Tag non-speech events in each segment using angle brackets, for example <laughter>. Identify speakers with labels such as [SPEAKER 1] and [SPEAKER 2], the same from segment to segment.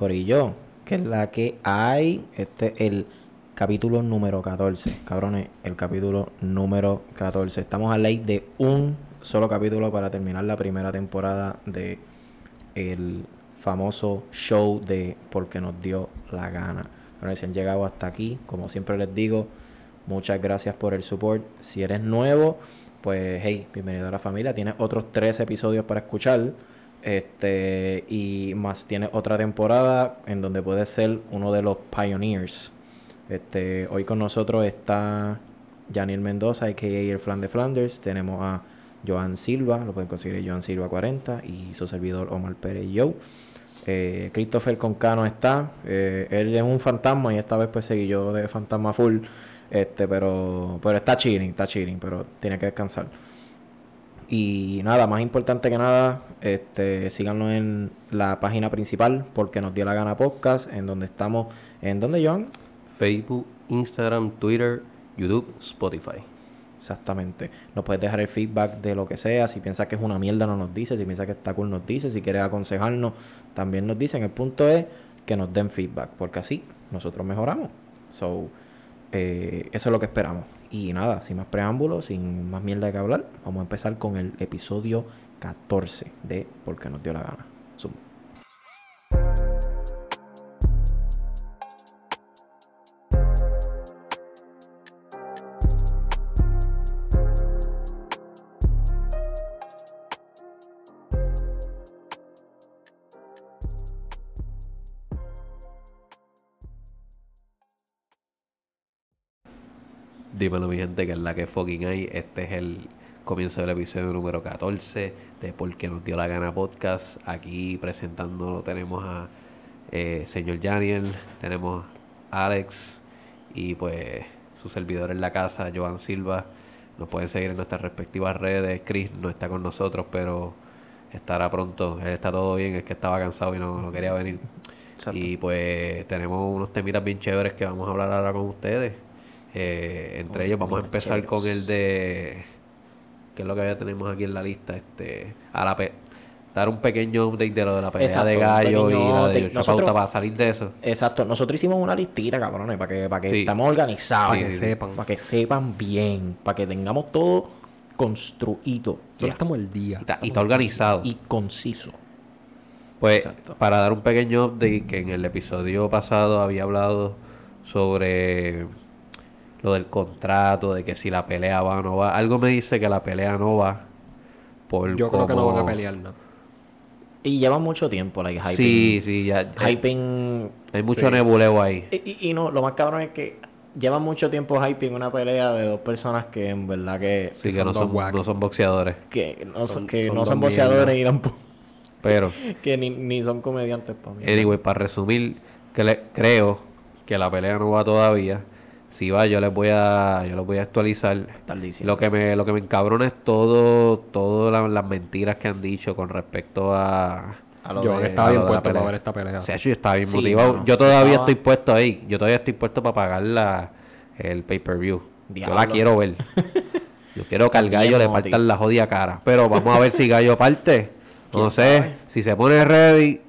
[SPEAKER 1] Corillo, que es la que hay. Este el capítulo número 14. Cabrones, el capítulo número 14. Estamos a ley de un solo capítulo para terminar la primera temporada de el famoso show de Porque nos dio la gana. Bueno, si han llegado hasta aquí, como siempre les digo, muchas gracias por el support. Si eres nuevo, pues hey, bienvenido a la familia. Tienes otros tres episodios para escuchar. Este, y más tienes otra temporada en donde puedes ser uno de los pioneers. Este, hoy con nosotros está Janil Mendoza, a.k.a. el Flan de Flanders. Tenemos a Joan Silva, lo pueden conseguir en Joan Silva 40 y su servidor Omar Pérez y yo. Eh, Christopher Concano está, eh, él es un fantasma y esta vez pues seguí yo de fantasma full, este, pero, pero está chilling, está chilling, pero tiene que descansar. Y nada, más importante que nada, este, síganos en la página principal porque nos dio la gana podcast, en donde estamos, en donde Joan,
[SPEAKER 2] Facebook, Instagram, Twitter, YouTube, Spotify.
[SPEAKER 1] Exactamente. Nos puedes dejar el feedback de lo que sea. Si piensas que es una mierda, no nos dice. Si piensas que está cool, nos dice. Si quieres aconsejarnos, también nos dicen. El punto es que nos den feedback, porque así nosotros mejoramos. So, eh, eso es lo que esperamos. Y nada, sin más preámbulos, sin más mierda que hablar, vamos a empezar con el episodio 14 de Porque nos dio la gana. Zumba.
[SPEAKER 2] Dímelo, mi gente, que es la que fucking hay. Este es el comienzo del episodio número 14 de Por qué nos dio la gana podcast. Aquí presentándolo tenemos a eh, señor Daniel, tenemos a Alex y pues su servidor en la casa, Joan Silva. Nos pueden seguir en nuestras respectivas redes. Chris no está con nosotros, pero estará pronto. Él está todo bien, es que estaba cansado y no, no quería venir.
[SPEAKER 1] Exacto.
[SPEAKER 2] Y pues tenemos unos temitas bien chéveres que vamos a hablar ahora con ustedes. Eh, entre
[SPEAKER 1] Unos
[SPEAKER 2] ellos vamos a
[SPEAKER 1] temas
[SPEAKER 2] empezar con
[SPEAKER 1] chéveres.
[SPEAKER 2] el de... ¿Qué es lo que ya tenemos aquí en la lista? Este, a la pe- dar un pequeño update de lo de la pelea
[SPEAKER 1] Exacto,
[SPEAKER 2] de
[SPEAKER 1] un
[SPEAKER 2] gallo y
[SPEAKER 1] pequeño
[SPEAKER 2] la de
[SPEAKER 1] update.
[SPEAKER 2] Yoshua
[SPEAKER 1] Nosotros-
[SPEAKER 2] Pauta para salir de eso.
[SPEAKER 1] Exacto, nosotros hicimos una listita, cabrones, para que, para que
[SPEAKER 2] Sí.
[SPEAKER 1] estamos organizados.
[SPEAKER 2] Sí,
[SPEAKER 1] para, que
[SPEAKER 2] sí, sí.
[SPEAKER 1] sepan, para que sepan bien, para que tengamos todo construido
[SPEAKER 3] Nosotros estamos el día.
[SPEAKER 2] Y está, y está organizado.
[SPEAKER 1] y conciso.
[SPEAKER 2] Pues
[SPEAKER 1] Exacto.
[SPEAKER 2] para dar un pequeño update que en el episodio pasado había hablado sobre lo del contrato, de que si la pelea va o no va. Algo me dice que la pelea no va. Por
[SPEAKER 3] Yo creo que no
[SPEAKER 2] cómo-
[SPEAKER 3] van a pelear, ¿no?
[SPEAKER 1] Y lleva mucho tiempo, like, hyping.
[SPEAKER 2] Sí, sí, ya. Hay,
[SPEAKER 1] Hyping.
[SPEAKER 2] hay mucho
[SPEAKER 3] sí.
[SPEAKER 2] nebuleo ahí.
[SPEAKER 1] Y, y- y no, lo más cabrón es que lleva mucho tiempo hyping una pelea de dos personas que en verdad que.
[SPEAKER 2] Sí,
[SPEAKER 3] Sí,
[SPEAKER 2] que
[SPEAKER 3] son
[SPEAKER 2] no
[SPEAKER 3] dos
[SPEAKER 2] son,
[SPEAKER 3] guacas.
[SPEAKER 2] no son boxeadores.
[SPEAKER 1] que no son,
[SPEAKER 3] Son-
[SPEAKER 1] que
[SPEAKER 3] son
[SPEAKER 1] no
[SPEAKER 3] dos
[SPEAKER 1] son boxeadores y tampoco. <laughs>
[SPEAKER 3] <laughs>
[SPEAKER 2] Pero,
[SPEAKER 1] que ni, ni son comediantes para mí.
[SPEAKER 2] anyway, para resumir, que le- creo que la pelea no va todavía. Si va, yo les voy a, yo les voy a actualizar.
[SPEAKER 1] Tardísimo.
[SPEAKER 2] Lo que me, lo que me encabrona es todo, todas las mentiras que han dicho con respecto a. eh,
[SPEAKER 1] A lo
[SPEAKER 3] Yo
[SPEAKER 1] de-
[SPEAKER 2] a
[SPEAKER 3] estaba
[SPEAKER 2] lo
[SPEAKER 3] bien
[SPEAKER 2] de la
[SPEAKER 3] puesto
[SPEAKER 2] pelea.
[SPEAKER 3] para ver esta pelea.
[SPEAKER 2] O sea, yo estaba bien
[SPEAKER 1] Sí,
[SPEAKER 2] motivado.
[SPEAKER 1] mano.
[SPEAKER 2] yo todavía
[SPEAKER 1] Estaba-
[SPEAKER 2] estoy puesto ahí. Yo todavía estoy puesto para pagar la, el pay-per-view. Yo la
[SPEAKER 1] Diablo. <laughs>
[SPEAKER 2] quiero ver. yo quiero que al
[SPEAKER 1] Bien
[SPEAKER 2] gallo le
[SPEAKER 1] motivado.
[SPEAKER 2] partan la jodida cara. Pero vamos a ver si
[SPEAKER 1] <laughs>
[SPEAKER 2] gallo parte. No
[SPEAKER 1] ¿Quién
[SPEAKER 2] sé.
[SPEAKER 1] sabe?
[SPEAKER 2] Si se pone ready,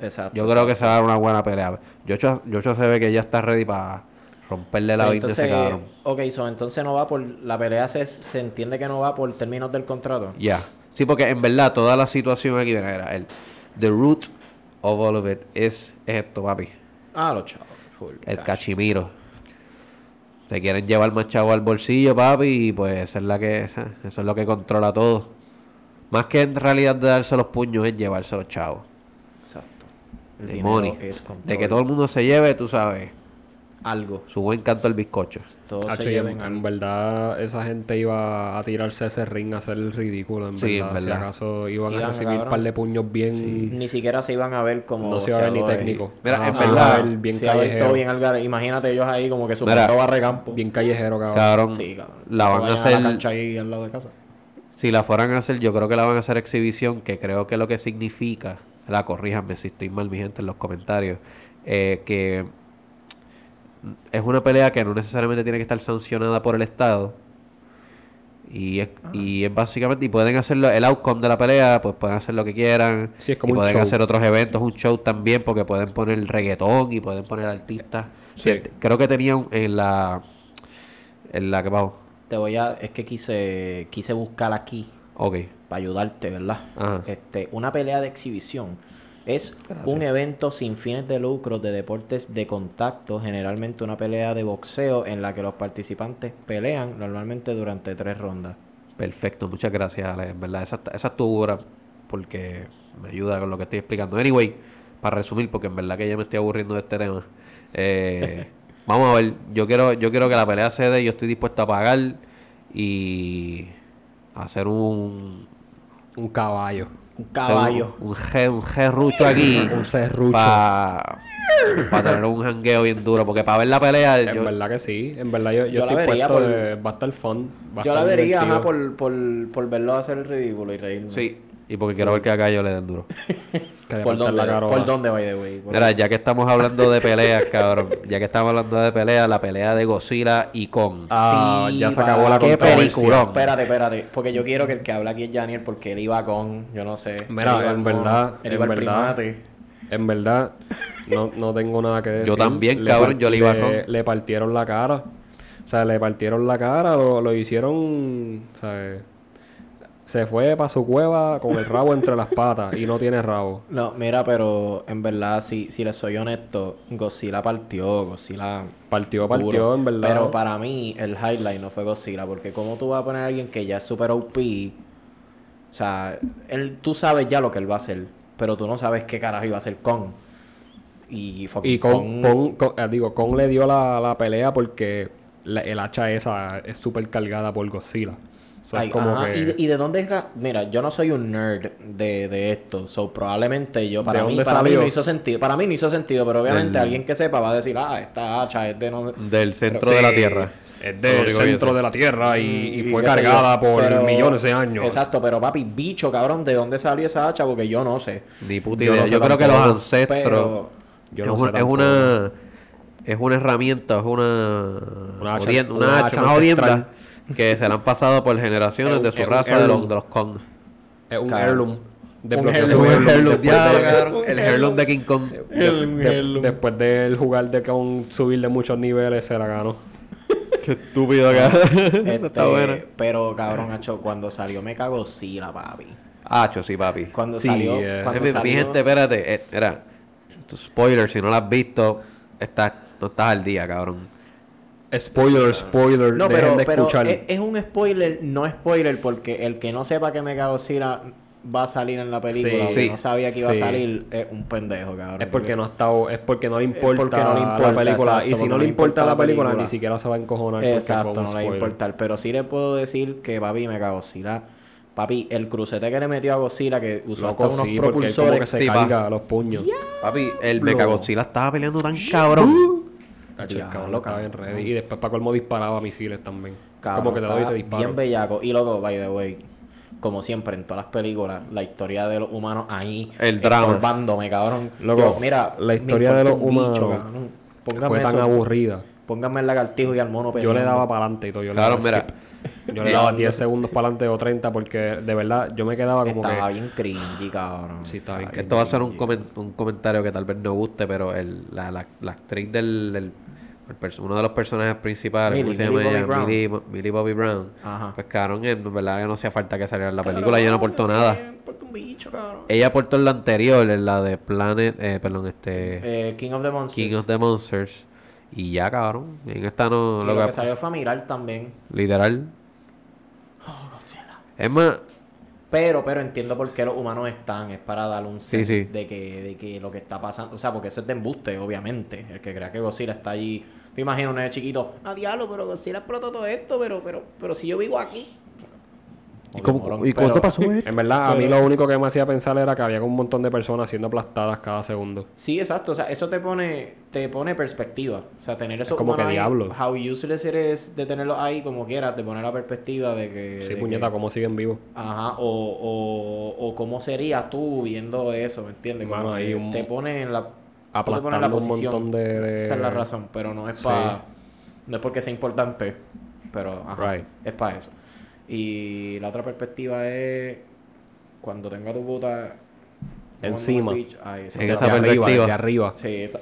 [SPEAKER 1] Exacto.
[SPEAKER 2] yo creo que se va a dar una buena pelea. Yocho, Yocho se ve que ya está ready para romperle la
[SPEAKER 1] Pero
[SPEAKER 2] vida a ese
[SPEAKER 1] Pues entonces,
[SPEAKER 2] cabrón.
[SPEAKER 1] ok, so, entonces no va por. La pelea se, se entiende que no va por términos del contrato.
[SPEAKER 2] Ya. Sí, porque en verdad toda la situación aquí, mira, era el... The root of all of it is, es esto, papi.
[SPEAKER 1] Ah, los chavos. full
[SPEAKER 2] El
[SPEAKER 1] cash.
[SPEAKER 2] cachimiro. Se quieren llevar más chavo al bolsillo, papi, y pues esa es la que, esa- eso es lo que controla todo. Más que en realidad de darse los puños es llevarse los chavos.
[SPEAKER 1] Exacto. El
[SPEAKER 2] El
[SPEAKER 1] dinero
[SPEAKER 2] money.
[SPEAKER 1] es
[SPEAKER 2] De
[SPEAKER 1] control.
[SPEAKER 2] que todo el mundo se lleve, tú sabes,
[SPEAKER 1] Algo.
[SPEAKER 2] su buen canto al bizcocho.
[SPEAKER 1] Todos
[SPEAKER 3] Hacho,
[SPEAKER 1] se
[SPEAKER 3] y en,
[SPEAKER 1] lleven
[SPEAKER 3] en
[SPEAKER 1] algo.
[SPEAKER 3] verdad esa gente iba a tirarse a ese ring a hacer el ridículo, en
[SPEAKER 2] Sí,
[SPEAKER 3] verdad.
[SPEAKER 2] en
[SPEAKER 3] Si
[SPEAKER 2] verdad.
[SPEAKER 3] acaso iban
[SPEAKER 1] Iban,
[SPEAKER 3] a recibir
[SPEAKER 1] cabrón.
[SPEAKER 3] un par de puños bien...
[SPEAKER 1] Ni siquiera se iban a ver como.
[SPEAKER 3] No se iba a ver ni
[SPEAKER 1] boxeadores.
[SPEAKER 3] técnico.
[SPEAKER 2] Mira,
[SPEAKER 3] Ah,
[SPEAKER 2] en
[SPEAKER 3] se iba a
[SPEAKER 2] verdad,
[SPEAKER 3] ver bien
[SPEAKER 1] se iba a ver todo
[SPEAKER 3] callejero.
[SPEAKER 1] bien al gare. Imagínate ellos ahí como que su
[SPEAKER 2] Mira.
[SPEAKER 1] barra de campo.
[SPEAKER 3] Bien callejero, cabrón.
[SPEAKER 2] Cabrón,
[SPEAKER 1] Sí, cabrón.
[SPEAKER 2] la
[SPEAKER 1] Eso
[SPEAKER 2] van a
[SPEAKER 1] vayan la
[SPEAKER 2] hacer-
[SPEAKER 1] cancha ahí al lado de casa.
[SPEAKER 2] Si la fueran a hacer, yo creo que la van a hacer exhibición, que creo que lo que significa, la corríjanme si estoy mal, mi gente, en los comentarios, eh, que es una pelea que no necesariamente tiene que estar sancionada por el Estado Y es, y es básicamente, y pueden hacerlo, el outcome de la pelea, pues pueden hacer lo que quieran.
[SPEAKER 3] Sí, es como
[SPEAKER 2] y
[SPEAKER 3] un
[SPEAKER 2] pueden
[SPEAKER 3] show.
[SPEAKER 2] hacer otros eventos, un show también, porque pueden poner reggaetón y pueden poner artistas.
[SPEAKER 3] Sí.
[SPEAKER 2] Que- Creo que tenían en la. En la que vamos.
[SPEAKER 1] Te voy a. Es que quise, quise buscar aquí
[SPEAKER 2] Ok.
[SPEAKER 1] para ayudarte, ¿verdad?
[SPEAKER 2] Ajá.
[SPEAKER 1] Este, una pelea de exhibición es un evento sin fines de lucro de deportes de contacto, generalmente una pelea de boxeo en la que los participantes pelean normalmente durante tres rondas.
[SPEAKER 2] Perfecto, muchas gracias, Ale. En verdad, esa, esa es tu obra porque me ayuda con lo que estoy explicando. Anyway, para resumir, porque en verdad que ya me estoy aburriendo de este tema.
[SPEAKER 3] <laughs>
[SPEAKER 2] Eh, vamos a ver, yo quiero, yo quiero que la pelea se dé, yo estoy dispuesto a pagar y hacer un
[SPEAKER 3] Un caballo.
[SPEAKER 1] Un caballo.
[SPEAKER 2] un, je- un jerrucho aquí.
[SPEAKER 1] Ah.
[SPEAKER 3] Un serrucho.
[SPEAKER 2] Para tener un jangueo bien duro. Porque para ver la pelea,
[SPEAKER 3] En
[SPEAKER 2] yo-
[SPEAKER 3] verdad que sí. En verdad yo, yo
[SPEAKER 1] Yo la
[SPEAKER 3] estoy
[SPEAKER 1] vería
[SPEAKER 3] puesto.
[SPEAKER 1] por-
[SPEAKER 3] de- va a estar fun. va a
[SPEAKER 1] Yo la
[SPEAKER 3] estar
[SPEAKER 1] vería
[SPEAKER 3] divertido.
[SPEAKER 1] ajá, por, por, por verlo hacer el ridículo y reírme.
[SPEAKER 2] sí. Y porque quiero ver que acá yo le den duro.
[SPEAKER 3] Que le
[SPEAKER 1] ¿Por
[SPEAKER 3] partan
[SPEAKER 1] dónde?
[SPEAKER 3] la carola.
[SPEAKER 1] ¿Por dónde, by the way? Por-
[SPEAKER 2] Mira, ya que estamos hablando de peleas, <laughs> cabrón. Ya que estamos hablando de peleas, la pelea de Godzilla y Kong.
[SPEAKER 3] Ah,
[SPEAKER 1] Sí,
[SPEAKER 3] ya se
[SPEAKER 1] va.
[SPEAKER 3] acabó la
[SPEAKER 1] Qué
[SPEAKER 3] controversia.
[SPEAKER 2] peliculón.
[SPEAKER 1] Espérate, espérate. Porque yo quiero que el que habla aquí es Janiel porque él iba con, yo no sé.
[SPEAKER 3] Mira,
[SPEAKER 1] él iba
[SPEAKER 3] en
[SPEAKER 1] al
[SPEAKER 3] verdad,
[SPEAKER 1] mono, Él iba
[SPEAKER 3] en
[SPEAKER 1] al
[SPEAKER 3] verdad.
[SPEAKER 1] primate.
[SPEAKER 3] En verdad, no, no tengo nada que decir.
[SPEAKER 2] también, cabrón,
[SPEAKER 3] par-
[SPEAKER 2] yo le iba con-
[SPEAKER 3] Le partieron la cara. O sea, le partieron la cara, lo, lo hicieron. ¿sabes? Se fue para su cueva con el rabo entre las patas y no tiene rabo.
[SPEAKER 1] No, mira, pero en verdad, si, si les soy honesto, Godzilla partió, Godzilla...
[SPEAKER 3] Partió, partió,
[SPEAKER 1] duro.
[SPEAKER 3] en verdad.
[SPEAKER 1] Pero para mí, el highlight no fue Godzilla, porque como tú vas a poner a alguien que ya es super OP, o sea, él, tú sabes ya lo que él va a hacer, pero tú no sabes qué carajo iba a hacer con. Y, fucking
[SPEAKER 3] Y con,
[SPEAKER 1] Kong-
[SPEAKER 3] con, con- eh, digo, con le dio la, la pelea porque la- el hacha esa es súper cargada por Godzilla. So, es
[SPEAKER 1] Ay,
[SPEAKER 3] como
[SPEAKER 1] ajá,
[SPEAKER 3] que-
[SPEAKER 1] ¿Y, de, y de dónde es la- Mira, yo no soy un nerd de, de esto, so probablemente yo para
[SPEAKER 3] ¿De
[SPEAKER 1] mí
[SPEAKER 3] dónde
[SPEAKER 1] para mí
[SPEAKER 3] salió?
[SPEAKER 1] no hizo sentido, para mí no hizo sentido, pero obviamente
[SPEAKER 2] Del-
[SPEAKER 1] alguien que sepa va a decir, "Ah, esta hacha es de no
[SPEAKER 2] Del centro
[SPEAKER 3] Sí,
[SPEAKER 2] de la tierra. Eso
[SPEAKER 3] Es
[SPEAKER 2] es lo
[SPEAKER 3] del
[SPEAKER 2] único que yo
[SPEAKER 3] centro
[SPEAKER 2] sé.
[SPEAKER 3] de la tierra y, y fue
[SPEAKER 1] qué sé yo,
[SPEAKER 3] cargada por
[SPEAKER 1] pero-
[SPEAKER 3] millones de años.
[SPEAKER 1] Exacto, pero papi, bicho, cabrón, ¿de dónde salió esa hacha? Porque yo no sé. Ah,
[SPEAKER 2] Ni puta
[SPEAKER 3] Yo
[SPEAKER 2] idea. Yo,
[SPEAKER 3] no sé
[SPEAKER 2] creo que los
[SPEAKER 3] tampoco,
[SPEAKER 2] ancestros.
[SPEAKER 1] pero-
[SPEAKER 3] Yo
[SPEAKER 2] es,
[SPEAKER 3] no sé
[SPEAKER 2] un- es
[SPEAKER 3] tampoco.
[SPEAKER 2] una. Es una herramienta, es una.
[SPEAKER 3] Una hacha-
[SPEAKER 2] odien-
[SPEAKER 3] una
[SPEAKER 2] una hacha,
[SPEAKER 3] hacha
[SPEAKER 2] una
[SPEAKER 3] ancestral.
[SPEAKER 2] odienda que se la han pasado por generaciones
[SPEAKER 3] Es
[SPEAKER 2] de
[SPEAKER 3] un-
[SPEAKER 2] su
[SPEAKER 3] es un
[SPEAKER 2] raza de los,
[SPEAKER 3] heirloom.
[SPEAKER 2] de los Kong.
[SPEAKER 3] Es un
[SPEAKER 1] Cabrón.
[SPEAKER 3] heirloom. Desbloqueó
[SPEAKER 1] heirloom,
[SPEAKER 3] su
[SPEAKER 1] un
[SPEAKER 3] heirloom
[SPEAKER 1] heirloom,
[SPEAKER 3] después
[SPEAKER 2] Ya,
[SPEAKER 3] de-
[SPEAKER 2] cabrón, el heirloom de King Kong.
[SPEAKER 3] de- de- Después del jugar de con subir de muchos niveles, se la ganó.
[SPEAKER 2] Qué estúpido, cabrón.
[SPEAKER 1] Este,
[SPEAKER 2] <laughs> Está bueno.
[SPEAKER 1] Pero, cabrón, hacho, cuando salió me cagó Sila, papi.
[SPEAKER 2] Hacho, sí, papi.
[SPEAKER 1] Cuando
[SPEAKER 3] Sí,
[SPEAKER 1] salió,
[SPEAKER 3] eh.
[SPEAKER 1] cuando
[SPEAKER 2] Mi- mi,
[SPEAKER 1] salió-
[SPEAKER 2] gente, espérate. eh, mira, tu spoiler, si no la has visto, estás, no estás al día, cabrón.
[SPEAKER 3] Spoiler, spoiler.
[SPEAKER 1] No,
[SPEAKER 3] dejen
[SPEAKER 1] pero,
[SPEAKER 3] de
[SPEAKER 1] pero
[SPEAKER 3] escuchar.
[SPEAKER 1] es, es un spoiler, no spoiler, porque el que no sepa que me cagó Sila va a salir en la película,
[SPEAKER 3] Sí,
[SPEAKER 1] o que
[SPEAKER 2] sí,
[SPEAKER 1] no sabía que iba
[SPEAKER 3] sí.
[SPEAKER 1] a salir, es un pendejo, cabrón.
[SPEAKER 3] Es porque no ha estado, es Eh, porque no le importa,
[SPEAKER 1] porque no le importa,
[SPEAKER 3] la película.
[SPEAKER 1] exacto,
[SPEAKER 3] y si
[SPEAKER 1] porque
[SPEAKER 3] no le importa la película,
[SPEAKER 1] película.
[SPEAKER 3] ni siquiera se va a encojonar. porque fue
[SPEAKER 1] Exacto,
[SPEAKER 3] un
[SPEAKER 1] no le va a
[SPEAKER 3] spoiler.
[SPEAKER 1] importar. Pero sí le puedo decir que papi me cagó Sila. Papi, el crucete que le metió a Godzilla, que usó hasta
[SPEAKER 3] Loco,
[SPEAKER 1] unos
[SPEAKER 3] sí, porque él como que
[SPEAKER 1] propulsores.
[SPEAKER 3] se
[SPEAKER 2] Sí, pa.
[SPEAKER 3] carga los puños.
[SPEAKER 2] Papi, el Mechagodzilla estaba peleando tan cabrón.
[SPEAKER 3] Cacho, el cabrón
[SPEAKER 1] Diablo,
[SPEAKER 3] estaba bien
[SPEAKER 1] cabrón.
[SPEAKER 3] ready. Y después para colmo disparaba misiles también.
[SPEAKER 1] Cabrón,
[SPEAKER 3] como que te doy y te
[SPEAKER 1] estaba
[SPEAKER 3] disparo.
[SPEAKER 1] Bien bellaco. Y loco, by the way, como siempre en todas las películas, la historia de los humanos ahí.
[SPEAKER 2] El drama.
[SPEAKER 1] estorbandándome, cabrón.
[SPEAKER 3] Loco,
[SPEAKER 1] Yo, mira,
[SPEAKER 3] la
[SPEAKER 1] me
[SPEAKER 3] historia de
[SPEAKER 1] importa
[SPEAKER 3] los
[SPEAKER 1] un bicho,
[SPEAKER 3] humanos
[SPEAKER 1] cabrón. Póngame
[SPEAKER 3] Fue tan
[SPEAKER 1] eso. Pues
[SPEAKER 3] aburrida.
[SPEAKER 1] Póngame el lagartijo y al mono
[SPEAKER 3] Yo le
[SPEAKER 1] peleando.
[SPEAKER 3] daba para adelante y todo. Yo le
[SPEAKER 2] Claro,
[SPEAKER 3] daba
[SPEAKER 2] mira.
[SPEAKER 3] skip. Yo le
[SPEAKER 2] <laughs>
[SPEAKER 3] daba 10 segundos para adelante o 30 porque de verdad yo me quedaba como
[SPEAKER 1] Estaba
[SPEAKER 3] que.
[SPEAKER 1] bien cringy, cabrón.
[SPEAKER 3] Sí, estaba bien.
[SPEAKER 2] Esto va a ser un, comen- un comentario que tal vez no guste, pero el- la, la- la actriz del. del- el perso- uno de los personajes principales, ¿cómo
[SPEAKER 1] Millie-
[SPEAKER 2] se llama
[SPEAKER 1] Millie
[SPEAKER 2] ella?
[SPEAKER 1] Bobby Brown.
[SPEAKER 2] Millie, Millie Bobby Brown.
[SPEAKER 1] Ajá.
[SPEAKER 2] Pues cabrón, en verdad que no hacía falta que saliera en la película, yo no aportó nada.
[SPEAKER 1] Me importa un bicho, cabrón.
[SPEAKER 2] Ella aportó en la anterior, en la de Planet, eh, perdón, este.
[SPEAKER 1] Eh, King of the Monsters.
[SPEAKER 2] King of the Monsters. Y ya, cabrón. En esta no.
[SPEAKER 1] Y
[SPEAKER 2] Lo
[SPEAKER 1] lo
[SPEAKER 2] que-
[SPEAKER 1] que salió fue a mirar también.
[SPEAKER 2] Literal.
[SPEAKER 1] Oh,
[SPEAKER 2] Es más,
[SPEAKER 1] Pero, pero entiendo por qué los humanos están. Es para dar un
[SPEAKER 2] Sí,
[SPEAKER 1] sense
[SPEAKER 2] sí.
[SPEAKER 1] De, que, de que lo que está pasando. O sea, porque eso es de embuste, obviamente. El que crea que Godzilla está allí. Te imaginas un nene chiquito. Ah, diablo, pero Godzilla explotó todo esto, pero, pero, pero si yo vivo aquí.
[SPEAKER 2] ¿y, cómo-
[SPEAKER 1] Morón,
[SPEAKER 2] ¿y cuánto
[SPEAKER 1] pero-
[SPEAKER 2] pasó esto?
[SPEAKER 3] En verdad, a mí lo único que me hacía pensar era que había un montón de personas siendo aplastadas cada segundo.
[SPEAKER 1] Sí, exacto. O sea, eso te pone, te pone perspectiva. O sea, tener eso
[SPEAKER 3] como que diablo.
[SPEAKER 1] How useless it is de tenerlo ahí como quieras, te pone la perspectiva de que.
[SPEAKER 3] Sí,
[SPEAKER 1] de que-
[SPEAKER 3] puñeta, ¿cómo siguen vivos?
[SPEAKER 1] Ajá, o, o, o cómo sería tú viendo eso, ¿me entiendes? Como
[SPEAKER 3] Mano, ahí
[SPEAKER 1] que
[SPEAKER 3] un-
[SPEAKER 1] te pone en la... tú te pones en la
[SPEAKER 3] aplastando un
[SPEAKER 1] posición.
[SPEAKER 3] montón de- de-
[SPEAKER 1] Esa es la razón, pero no es
[SPEAKER 3] Sí.
[SPEAKER 1] para... No es porque sea importante, pero... ajá,
[SPEAKER 3] Right.
[SPEAKER 1] Es para eso. Y la otra perspectiva es cuando tenga tu bota
[SPEAKER 3] Encima.
[SPEAKER 1] Ahí,
[SPEAKER 2] En esa
[SPEAKER 3] de arriba,
[SPEAKER 2] perspectiva.
[SPEAKER 3] de arriba.
[SPEAKER 1] Sí, esa-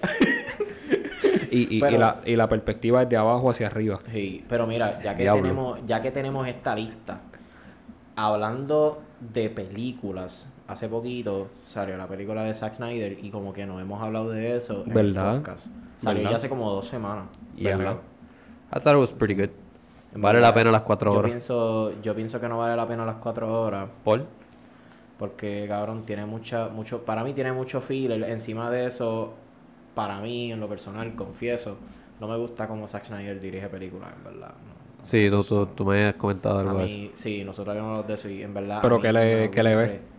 [SPEAKER 3] Y, y- y
[SPEAKER 1] Pero-
[SPEAKER 3] la, y la perspectiva es de abajo hacia arriba.
[SPEAKER 1] Sí, pero mira, ya que
[SPEAKER 3] Diablo.
[SPEAKER 1] tenemos, ya que tenemos esta lista, hablando de películas, hace poquito salió la película de Zack Snyder y como que no hemos hablado de eso en
[SPEAKER 3] ¿Verdad?
[SPEAKER 1] el podcast. Salió
[SPEAKER 3] ¿Verdad?
[SPEAKER 1] ya hace como dos semanas.
[SPEAKER 2] Yeah.
[SPEAKER 1] ¿verdad?
[SPEAKER 2] I thought it was pretty good.
[SPEAKER 1] En
[SPEAKER 2] Vale
[SPEAKER 1] verdad,
[SPEAKER 2] la pena las cuatro
[SPEAKER 1] Yo
[SPEAKER 2] horas.
[SPEAKER 1] pienso, yo pienso que no vale la pena las cuatro horas.
[SPEAKER 2] Paul.
[SPEAKER 1] Porque, cabrón, tiene mucha, mucho, para mí tiene mucho filler. Encima de eso, para mí, en lo personal, confieso, no me gusta cómo Zack Snyder dirige películas, en verdad. No, no.
[SPEAKER 2] Sí, tú, tú, tú me has comentado
[SPEAKER 1] A
[SPEAKER 2] algo de eso.
[SPEAKER 1] mí, sí, nosotros habíamos de eso y en verdad.
[SPEAKER 3] Pero
[SPEAKER 1] a mí
[SPEAKER 3] ¿qué le-
[SPEAKER 1] me
[SPEAKER 3] qué le
[SPEAKER 1] gusta
[SPEAKER 3] ves?
[SPEAKER 1] que-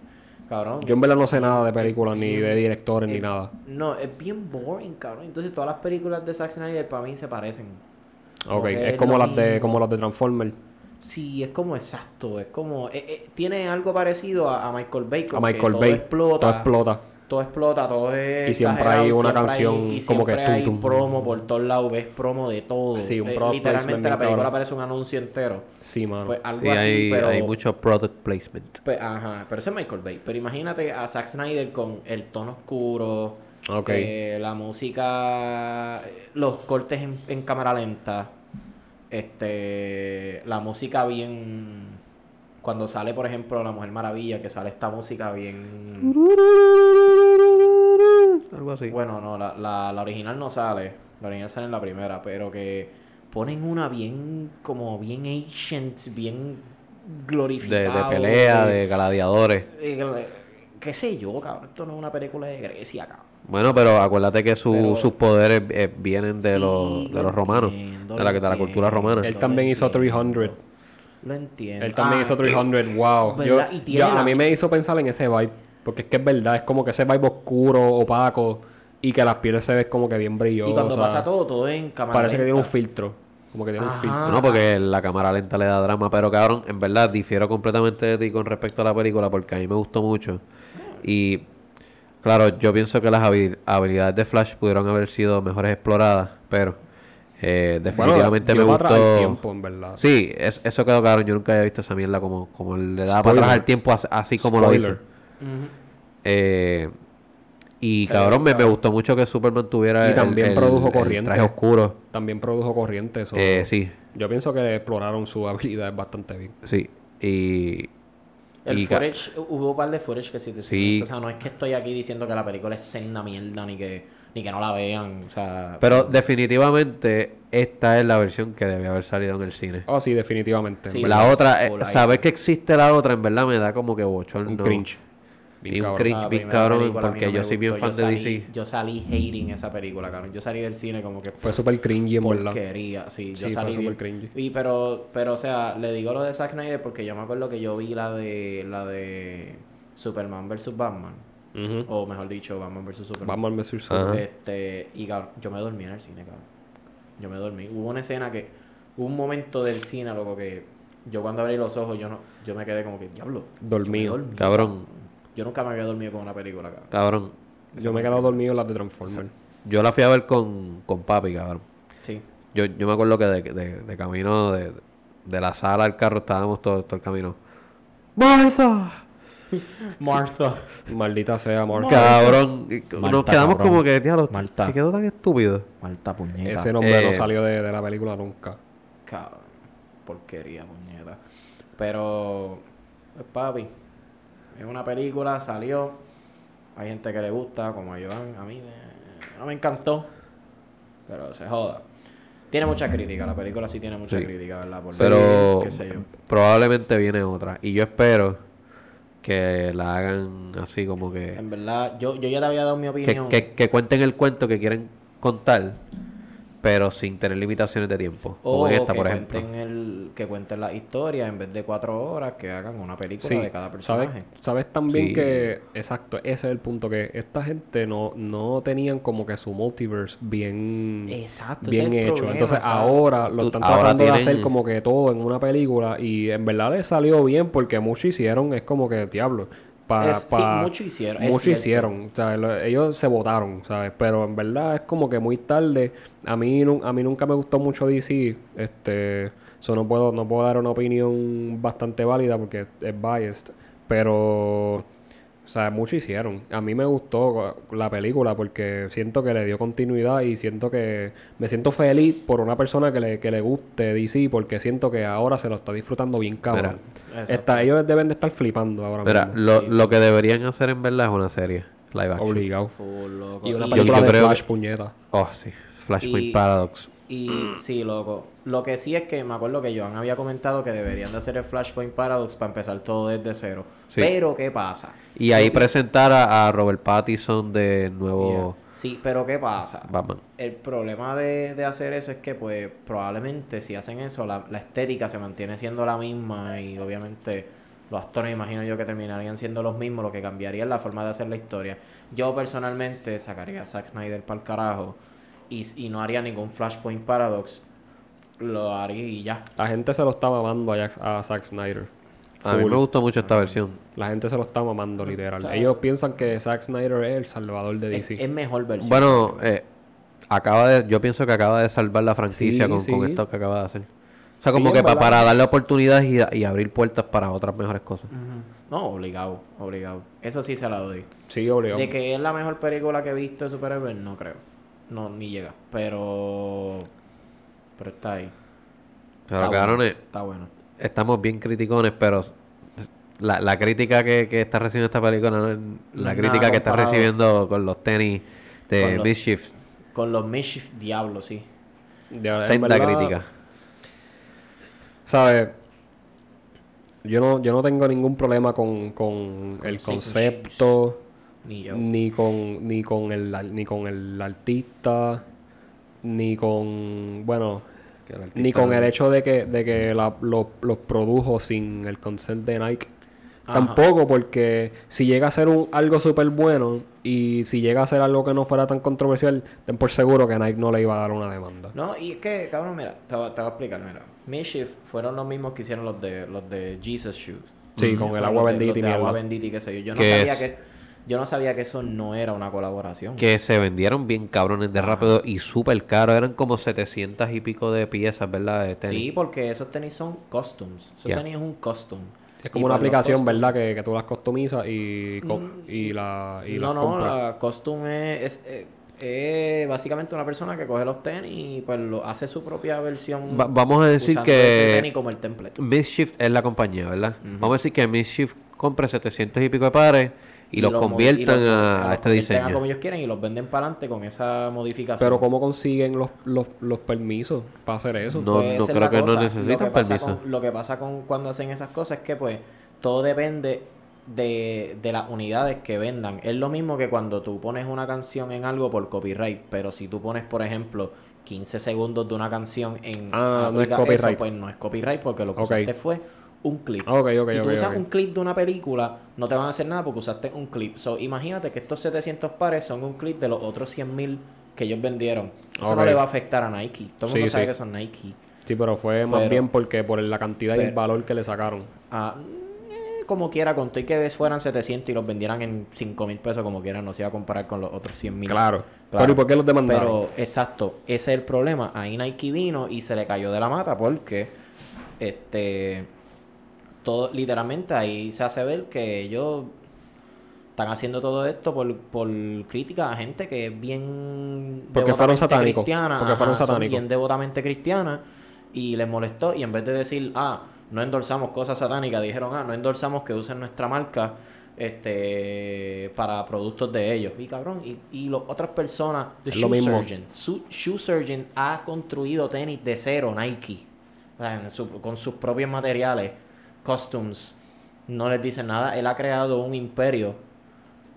[SPEAKER 1] Cabrón.
[SPEAKER 3] Yo en verdad no sé nada de películas, ni de directores,
[SPEAKER 1] Eh,
[SPEAKER 3] ni nada.
[SPEAKER 1] No, es bien boring, cabrón. Entonces todas las películas de Zack Snyder para mí se parecen. como
[SPEAKER 3] Ok,
[SPEAKER 1] que
[SPEAKER 3] es
[SPEAKER 1] es
[SPEAKER 3] como
[SPEAKER 1] lo
[SPEAKER 3] las de
[SPEAKER 1] mismo.
[SPEAKER 3] como las de Transformers.
[SPEAKER 1] Sí, es como exacto, es como... eh, eh, tiene algo parecido a, a Michael Bay.
[SPEAKER 3] A
[SPEAKER 1] como que
[SPEAKER 3] Michael
[SPEAKER 1] todo
[SPEAKER 3] Bay.
[SPEAKER 1] explota.
[SPEAKER 3] Todo explota.
[SPEAKER 1] todo explota, todo es.
[SPEAKER 3] Y siempre
[SPEAKER 1] exagerado,
[SPEAKER 3] hay una
[SPEAKER 1] siempre
[SPEAKER 3] canción
[SPEAKER 1] hay- y
[SPEAKER 3] como
[SPEAKER 1] siempre
[SPEAKER 3] que
[SPEAKER 1] hay
[SPEAKER 3] tum, tum.
[SPEAKER 1] promo por todos lados, ves promo de todo.
[SPEAKER 3] Sí, un
[SPEAKER 1] Eh,
[SPEAKER 3] product placement
[SPEAKER 1] Literalmente
[SPEAKER 3] bien
[SPEAKER 1] la película
[SPEAKER 3] cabrón.
[SPEAKER 1] parece un anuncio entero.
[SPEAKER 3] Sí, mano.
[SPEAKER 1] Pues algo
[SPEAKER 2] Sí,
[SPEAKER 1] así,
[SPEAKER 2] hay,
[SPEAKER 1] pero.
[SPEAKER 2] hay mucho product placement.
[SPEAKER 1] pe- ajá, pero ese es Michael Bay. Pero imagínate a Zack Snyder con el tono oscuro,
[SPEAKER 3] Ok.
[SPEAKER 1] eh, la música, eh, los cortes en, en cámara lenta, este, la música bien. Cuando sale, por ejemplo, La Mujer Maravilla, que sale esta música bien.
[SPEAKER 2] Algo así.
[SPEAKER 1] Bueno, no, la, la, la original no sale. La original sale en la primera, pero que ponen una bien, como bien ancient, bien
[SPEAKER 2] de, de
[SPEAKER 1] glorificada.
[SPEAKER 2] pelea, de gladiadores.
[SPEAKER 1] Eh, qué sé yo, cabrón. Esto no es una película de Grecia, cabrón.
[SPEAKER 2] Bueno, pero acuérdate que su-
[SPEAKER 1] Pero-
[SPEAKER 2] sus poderes eh, vienen de,
[SPEAKER 1] Sí,
[SPEAKER 2] los, de
[SPEAKER 1] lo
[SPEAKER 2] los romanos,
[SPEAKER 1] entiendo,
[SPEAKER 2] de, la,
[SPEAKER 1] lo
[SPEAKER 2] de la cultura
[SPEAKER 1] entiendo.
[SPEAKER 2] romana.
[SPEAKER 3] Él también hizo 300.
[SPEAKER 1] Lo entiendo.
[SPEAKER 3] Él también
[SPEAKER 1] Ah,
[SPEAKER 3] hizo 300, wow. Yo,
[SPEAKER 1] ¿Verdad? Y tiene
[SPEAKER 3] yo- a
[SPEAKER 1] la-
[SPEAKER 3] mí me hizo pensar en ese vibe, porque es que es verdad, es como que ese vibe oscuro, opaco, y que las pieles se ven como que bien brillosas.
[SPEAKER 1] Y cuando pasa todo, todo es en cámara
[SPEAKER 3] Parece que tiene un
[SPEAKER 1] lenta.
[SPEAKER 3] filtro, como que tiene un
[SPEAKER 1] Ajá.
[SPEAKER 3] filtro.
[SPEAKER 2] No, porque la cámara lenta le da drama, pero cabrón, en verdad difiero completamente de ti con respecto a la película porque a mí me gustó mucho. Y claro, yo pienso que las habil- habilidades de Flash pudieron haber sido mejores exploradas, pero eh,
[SPEAKER 3] Bueno,
[SPEAKER 2] definitivamente
[SPEAKER 3] lleva
[SPEAKER 2] me
[SPEAKER 3] atrás al
[SPEAKER 2] gustó.
[SPEAKER 3] tiempo, en verdad.
[SPEAKER 2] Sí, es- eso quedó claro. Yo nunca había visto esa mierda como, como le daba para
[SPEAKER 3] Spoiler.
[SPEAKER 2] atrás al tiempo as- así como lo hizo.
[SPEAKER 3] Spoiler.
[SPEAKER 1] Ujú.
[SPEAKER 2] Eh, y
[SPEAKER 1] Se
[SPEAKER 2] cabrón, me, me
[SPEAKER 1] nota.
[SPEAKER 2] gustó mucho que Superman tuviera
[SPEAKER 3] Y
[SPEAKER 2] el-
[SPEAKER 3] también
[SPEAKER 2] el-
[SPEAKER 3] produjo
[SPEAKER 2] el
[SPEAKER 3] corriente.
[SPEAKER 2] traje oscuro.
[SPEAKER 3] También produjo corriente eso.
[SPEAKER 2] Eh, sí,
[SPEAKER 3] Yo pienso que exploraron <laughs> sus habilidades bastante bien.
[SPEAKER 2] sí. Y,
[SPEAKER 1] El
[SPEAKER 2] y ca-
[SPEAKER 1] footage, hubo un par de footage que sí te
[SPEAKER 2] Sí.
[SPEAKER 1] O sea, no es que estoy aquí diciendo que la película es senda mierda, ni que, ni que no la vean. O sea,
[SPEAKER 2] Pero definitivamente esta es la versión que debía haber salido en el cine.
[SPEAKER 3] Oh, sí, definitivamente.
[SPEAKER 1] Sí.
[SPEAKER 2] la otra, eh,
[SPEAKER 1] o la
[SPEAKER 2] saber
[SPEAKER 1] hizo.
[SPEAKER 2] que existe la otra en verdad me da como que bochorno.
[SPEAKER 3] Un cringe.
[SPEAKER 2] Y un
[SPEAKER 3] cabrón.
[SPEAKER 2] cringe
[SPEAKER 1] La
[SPEAKER 2] bien
[SPEAKER 1] primera
[SPEAKER 2] cabrón
[SPEAKER 1] película a mí
[SPEAKER 2] porque
[SPEAKER 1] no me
[SPEAKER 2] yo soy bien
[SPEAKER 1] gustó.
[SPEAKER 2] fan
[SPEAKER 1] Yo
[SPEAKER 2] de
[SPEAKER 1] salí-
[SPEAKER 2] DC.
[SPEAKER 1] Yo salí hating esa película, cabrón. Yo salí del cine como que
[SPEAKER 3] Fue súper cringy, en verdad.
[SPEAKER 1] porquería. Sí, yo
[SPEAKER 3] Sí, fue
[SPEAKER 1] salí
[SPEAKER 3] súper
[SPEAKER 1] bien-
[SPEAKER 3] cringy.
[SPEAKER 1] Y pero, pero, o sea, le digo lo de Zack Snyder porque yo me acuerdo que yo vi la de la de Superman vs Batman.
[SPEAKER 3] Ujú.
[SPEAKER 1] O mejor dicho, Batman vs Superman.
[SPEAKER 3] Vamos al Messi
[SPEAKER 2] Ajá.
[SPEAKER 1] Este, y cabrón, yo me dormí en el cine, cabrón. Yo me dormí. Hubo una escena que, hubo un momento del cine, loco, que yo cuando abrí los ojos, yo no, yo me quedé como que, diablo.
[SPEAKER 3] Dormido.
[SPEAKER 1] yo me dormí,
[SPEAKER 2] Cabrón.
[SPEAKER 1] Yo nunca me había dormido con una película, cabrón.
[SPEAKER 2] Cabrón.
[SPEAKER 3] Yo me he quedado dormido en las de Transformers.
[SPEAKER 2] Yo la fui a ver con, con papi, cabrón.
[SPEAKER 1] <laughs> Sí.
[SPEAKER 2] Yo, yo me acuerdo que de, de- de camino de, de la sala al carro estábamos todo, todo el camino. ¡Martha!
[SPEAKER 1] Martha.
[SPEAKER 3] Maldita sea, Mark.
[SPEAKER 2] Cabrón. y nos
[SPEAKER 1] Martha,
[SPEAKER 2] quedamos
[SPEAKER 1] cabrón.
[SPEAKER 2] como que, diablo,
[SPEAKER 1] Martha.
[SPEAKER 2] que quedó tan estúpido.
[SPEAKER 1] Marta, puñeta.
[SPEAKER 3] Ese nombre
[SPEAKER 2] Eh,
[SPEAKER 3] no salió de, de la película nunca.
[SPEAKER 1] Cabrón. Porquería, puñeta. Pero, pues, papi, es una película, salió. Hay gente que le gusta, como a Joan. A mí me- no me encantó. Pero se joda. Tiene mucha crítica, la película sí tiene mucha
[SPEAKER 2] Sí.
[SPEAKER 1] crítica, ¿verdad? Por
[SPEAKER 2] Pero
[SPEAKER 1] qué sé yo.
[SPEAKER 2] probablemente viene otra. Y yo espero que la hagan así como que...
[SPEAKER 1] En verdad, yo, yo ya te había dado mi
[SPEAKER 2] Que,
[SPEAKER 1] opinión.
[SPEAKER 2] que- que cuenten el cuento que quieren contar, pero sin tener limitaciones de tiempo.
[SPEAKER 1] O
[SPEAKER 2] Como en esta,
[SPEAKER 1] que,
[SPEAKER 2] por ejemplo.
[SPEAKER 1] cuenten el, que cuenten la historia en vez de cuatro horas, que hagan una película
[SPEAKER 3] Sí,
[SPEAKER 1] de cada personaje.
[SPEAKER 3] ¿sabes, sabes también
[SPEAKER 2] Sí.
[SPEAKER 3] que, exacto, ese es el punto, que esta gente no, no tenían como que su multiverse bien,
[SPEAKER 1] Exacto, ese es
[SPEAKER 3] bien
[SPEAKER 1] el
[SPEAKER 3] hecho.
[SPEAKER 1] problema,
[SPEAKER 3] Entonces
[SPEAKER 1] ¿sabes?
[SPEAKER 3] ahora lo
[SPEAKER 2] Tú-
[SPEAKER 3] están
[SPEAKER 2] ahora
[SPEAKER 3] tratando de
[SPEAKER 2] tienen-
[SPEAKER 3] hacer como que todo en una película y en verdad les salió bien porque mucho hicieron, es como que diablo. Para,
[SPEAKER 1] Es- sí, mucho hicieron, es
[SPEAKER 3] Mucho
[SPEAKER 1] cierto.
[SPEAKER 3] hicieron, ¿sabes? Lo- ellos se votaron, ¿sabes? Pero en verdad es como que muy tarde. A mí, nu- a mí nunca me gustó mucho DC. Este, So, no, puedo, no puedo dar una opinión bastante válida porque es biased. Pero, o sea, mucho hicieron. A mí me gustó la película porque siento que le dio continuidad y siento que me siento feliz por una persona que le, que le guste DC porque siento que ahora se lo está disfrutando bien cabrón.
[SPEAKER 1] Exacto.
[SPEAKER 3] Está, ellos deben de estar flipando ahora
[SPEAKER 2] Mira,
[SPEAKER 3] mismo.
[SPEAKER 2] lo, lo que deberían hacer en verdad es una serie live action.
[SPEAKER 3] Obligado.
[SPEAKER 1] Full, loco.
[SPEAKER 3] Y una
[SPEAKER 1] Y-
[SPEAKER 3] película
[SPEAKER 2] yo
[SPEAKER 3] de
[SPEAKER 2] creo
[SPEAKER 3] Flash,
[SPEAKER 2] que-
[SPEAKER 3] puñeta.
[SPEAKER 2] Oh, sí. Flashpoint
[SPEAKER 1] Y-
[SPEAKER 2] Paradox.
[SPEAKER 1] Y sí, loco. Lo que sí es que me acuerdo que Joan había comentado que deberían de hacer el Flashpoint Paradox para empezar todo desde cero.
[SPEAKER 2] Sí.
[SPEAKER 1] Pero, ¿qué pasa?
[SPEAKER 2] Y ahí presentar a, a Robert Pattinson de nuevo
[SPEAKER 1] Yeah. Sí, pero ¿qué pasa?
[SPEAKER 2] Batman.
[SPEAKER 1] El problema de, de hacer eso es que, pues, probablemente si hacen eso, la, la estética se mantiene siendo la misma y obviamente los actores, imagino yo, que terminarían siendo los mismos, lo que cambiaría es la forma de hacer la historia. Yo personalmente sacaría a Zack Snyder para el carajo y, y no haría ningún Flashpoint Paradox. Lo haría y ya.
[SPEAKER 3] La gente se lo está mamando a, Jack- a Zack Snyder.
[SPEAKER 2] A mí
[SPEAKER 3] Full.
[SPEAKER 2] me gustó mucho esta versión.
[SPEAKER 3] La gente se lo está mamando, literal.
[SPEAKER 1] Mm, Claro.
[SPEAKER 3] Ellos piensan que Zack Snyder es el salvador de
[SPEAKER 1] Es, em
[SPEAKER 3] DC.
[SPEAKER 1] es mejor versión.
[SPEAKER 2] Bueno, eh, acaba de, yo pienso que acaba de salvar la franquicia
[SPEAKER 3] Sí,
[SPEAKER 2] con, con
[SPEAKER 3] sí.
[SPEAKER 2] esto que acaba de hacer. O sea,
[SPEAKER 3] Sí,
[SPEAKER 2] como
[SPEAKER 3] en
[SPEAKER 2] que pa-
[SPEAKER 3] verdad.
[SPEAKER 2] para darle oportunidades y, da- y abrir puertas para otras mejores cosas.
[SPEAKER 1] Ujú. No, obligado, obligado. Eso sí se la doy.
[SPEAKER 3] sí, obligado.
[SPEAKER 1] De que es la mejor película que he visto de superhéroes, no creo. No, ni llega. Pero. Pero está ahí.
[SPEAKER 2] Pero
[SPEAKER 1] está Ah,
[SPEAKER 2] cabrones,
[SPEAKER 1] Bueno, está bueno.
[SPEAKER 2] estamos bien criticones, pero s- la, la crítica que, que está recibiendo esta película, no es la
[SPEAKER 1] Nada
[SPEAKER 2] crítica que está
[SPEAKER 1] comparado.
[SPEAKER 2] recibiendo con los tenis
[SPEAKER 1] Con
[SPEAKER 2] de
[SPEAKER 1] los-
[SPEAKER 2] Mischiefs,
[SPEAKER 1] Con los Mischief Diablo, sí.
[SPEAKER 3] De verdad, en
[SPEAKER 2] senda
[SPEAKER 3] verdad,
[SPEAKER 2] crítica.
[SPEAKER 3] ¿Sabes? Yo no, yo no tengo ningún problema con, con el
[SPEAKER 1] sí, con
[SPEAKER 3] concepto,
[SPEAKER 1] Ni yo.
[SPEAKER 3] ni con, ni con el ar- ni con el artista, ni con bueno,
[SPEAKER 2] Que el artista
[SPEAKER 3] ni con
[SPEAKER 2] no-
[SPEAKER 3] el hecho de que, de que la- lo- los produjo sin el consent de Nike.
[SPEAKER 1] Ajá.
[SPEAKER 3] Tampoco porque si llega a ser un, algo súper bueno y si llega a ser algo que no fuera tan controversial, ten por seguro que Nike no le iba a dar una demanda.
[SPEAKER 1] No, y es que, cabrón, mira, te, voy- te voy a explicar, mira. Mischief fueron los mismos que hicieron los de los de Jesus Shoes.
[SPEAKER 3] Sí, con el agua
[SPEAKER 1] Fueron los de-
[SPEAKER 3] bendita
[SPEAKER 1] los
[SPEAKER 3] y
[SPEAKER 1] de agua
[SPEAKER 3] mierda.
[SPEAKER 1] bendita y qué sé yo. Yo no
[SPEAKER 2] Que
[SPEAKER 1] sabía
[SPEAKER 2] es-
[SPEAKER 1] que yo no sabía que eso no era una colaboración.
[SPEAKER 2] Que se vendieron bien cabrones de rápido y súper caro. Eran como 700 y pico de piezas, ¿verdad? De tenis.
[SPEAKER 1] Sí, porque esos tenis son customs. Esos
[SPEAKER 2] Ya.
[SPEAKER 1] tenis es un custom.
[SPEAKER 3] Es
[SPEAKER 1] Y pues
[SPEAKER 3] como una
[SPEAKER 1] los
[SPEAKER 3] aplicación,
[SPEAKER 1] custom-
[SPEAKER 3] ¿verdad? Que, que tú las customizas y, co- y la y
[SPEAKER 1] Mm. no,
[SPEAKER 3] las
[SPEAKER 1] no,
[SPEAKER 3] compras.
[SPEAKER 1] la costume es, es- es básicamente una persona que coge los tenis y pues lo hace su propia versión.
[SPEAKER 2] Va- vamos a decir
[SPEAKER 1] usando
[SPEAKER 2] que-
[SPEAKER 1] ese tenis como el template.
[SPEAKER 2] Mischief es la compañía, ¿verdad? Vamos a decir que Mischief compre 700 y pico de pares y, los conviertan
[SPEAKER 1] y los-
[SPEAKER 2] a, a
[SPEAKER 1] los
[SPEAKER 2] este
[SPEAKER 1] convierten a
[SPEAKER 2] diseño.
[SPEAKER 1] como ellos quieren y los venden para adelante con esa modificación.
[SPEAKER 3] Pero ¿cómo consiguen los, los, los permisos para hacer eso?
[SPEAKER 2] No,
[SPEAKER 1] Pues, esa
[SPEAKER 2] no
[SPEAKER 1] es
[SPEAKER 2] creo
[SPEAKER 1] la
[SPEAKER 2] que no
[SPEAKER 1] cosa.
[SPEAKER 2] necesitan
[SPEAKER 1] Lo que pasa
[SPEAKER 2] permiso.
[SPEAKER 1] con- lo que pasa con cuando hacen esas cosas es que pues todo depende de, de las unidades que vendan. Es lo mismo que cuando tú pones una canción en algo por copyright, pero si tú pones, por ejemplo, 15 segundos de una canción en
[SPEAKER 3] Ah, no es
[SPEAKER 1] aplica
[SPEAKER 3] copyright.
[SPEAKER 1] pues no es copyright porque lo que
[SPEAKER 3] Ok.
[SPEAKER 1] usaste fue un clip.
[SPEAKER 3] Ah, ok, ok,
[SPEAKER 1] si tú
[SPEAKER 3] ok,
[SPEAKER 1] usas
[SPEAKER 3] ok.
[SPEAKER 1] un clip de una película, no te van a hacer nada porque usaste un clip. So, imagínate que estos 700 pares son un clip de los otros 100.000 que ellos vendieron. Eso no
[SPEAKER 3] Ok.
[SPEAKER 1] le va a afectar a Nike. Todo el
[SPEAKER 3] Sí,
[SPEAKER 1] mundo sabe
[SPEAKER 3] sí.
[SPEAKER 1] que son Nike.
[SPEAKER 3] Sí, pero fue más
[SPEAKER 1] Pero-
[SPEAKER 3] bien porque por la cantidad y el
[SPEAKER 1] pero-
[SPEAKER 3] valor que le sacaron.
[SPEAKER 1] Ah, eh, como quiera, con todo y que fueran 700 y los vendieran en 5 mil pesos, como quiera, no se iba a comparar con los otros 100 mil.
[SPEAKER 3] Claro. Pero ¿y por qué los demandaron?
[SPEAKER 1] Pero, exacto, ese es el problema. Ahí Nike vino y se le cayó de la mata porque, este, todo, literalmente ahí se hace ver que ellos están haciendo todo esto por, por crítica a gente que es bien
[SPEAKER 3] Porque fueron
[SPEAKER 1] devotamente
[SPEAKER 3] satánicos,
[SPEAKER 1] cristiana,
[SPEAKER 3] porque fueron
[SPEAKER 1] son
[SPEAKER 3] satánicos.
[SPEAKER 1] bien devotamente cristiana y les molestó y en vez de decir ah no endorsamos cosas satánicas dijeron ah no endorsamos que usen nuestra marca este para productos de ellos y cabrón y, y las otras personas The
[SPEAKER 3] Es lo mismo.
[SPEAKER 1] Surgeon Su- Shoe Surgeon ha construido tenis de cero Nike O sea, en su- con sus propios materiales costumes no les dice nada él ha creado un imperio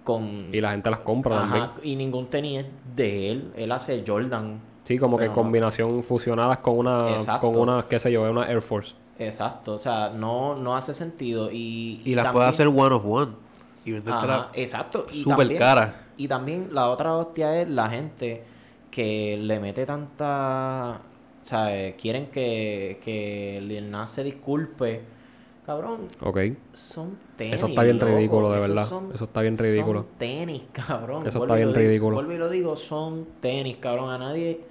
[SPEAKER 1] con
[SPEAKER 3] Y la gente las compra
[SPEAKER 1] Ajá,
[SPEAKER 3] también.
[SPEAKER 1] y ningún tenis es de él él hace Jordan
[SPEAKER 3] Sí, como que
[SPEAKER 1] Pero no.
[SPEAKER 3] combinación fusionadas con una,
[SPEAKER 1] Exacto.
[SPEAKER 3] con una, qué sé yo, una Air Force.
[SPEAKER 1] Exacto, o sea, no, no hace sentido. Y,
[SPEAKER 2] Y las
[SPEAKER 1] también-
[SPEAKER 2] puede hacer one of one. Y vendértela
[SPEAKER 1] Ajá, exacto. y
[SPEAKER 2] súper
[SPEAKER 1] también-
[SPEAKER 2] cara.
[SPEAKER 1] Y también la otra hostia es la gente que le mete tanta. O sea, eh, quieren que, que Lil Nas se disculpe. Cabrón,
[SPEAKER 3] Ok.
[SPEAKER 1] son tenis.
[SPEAKER 3] Eso está bien
[SPEAKER 1] loco,
[SPEAKER 3] ridículo, de
[SPEAKER 1] esos
[SPEAKER 3] verdad. Eso está bien ridículo.
[SPEAKER 1] Son tenis, cabrón.
[SPEAKER 3] Eso
[SPEAKER 1] Vuelvo
[SPEAKER 3] está
[SPEAKER 1] y lo
[SPEAKER 3] bien
[SPEAKER 1] digo-
[SPEAKER 3] ridículo.
[SPEAKER 1] Vuelvo y lo digo, son tenis, cabrón. A nadie.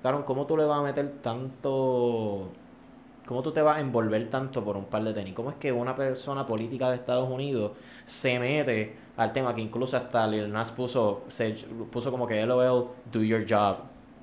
[SPEAKER 1] Cabrón, ¿cómo tú le vas a meter tanto. ¿Cómo tú te vas a envolver tanto por un par de tenis? ¿Cómo es que una persona política de Estados Unidos se mete al tema que incluso hasta Lil Nas puso, se, puso como que LOL, do your job?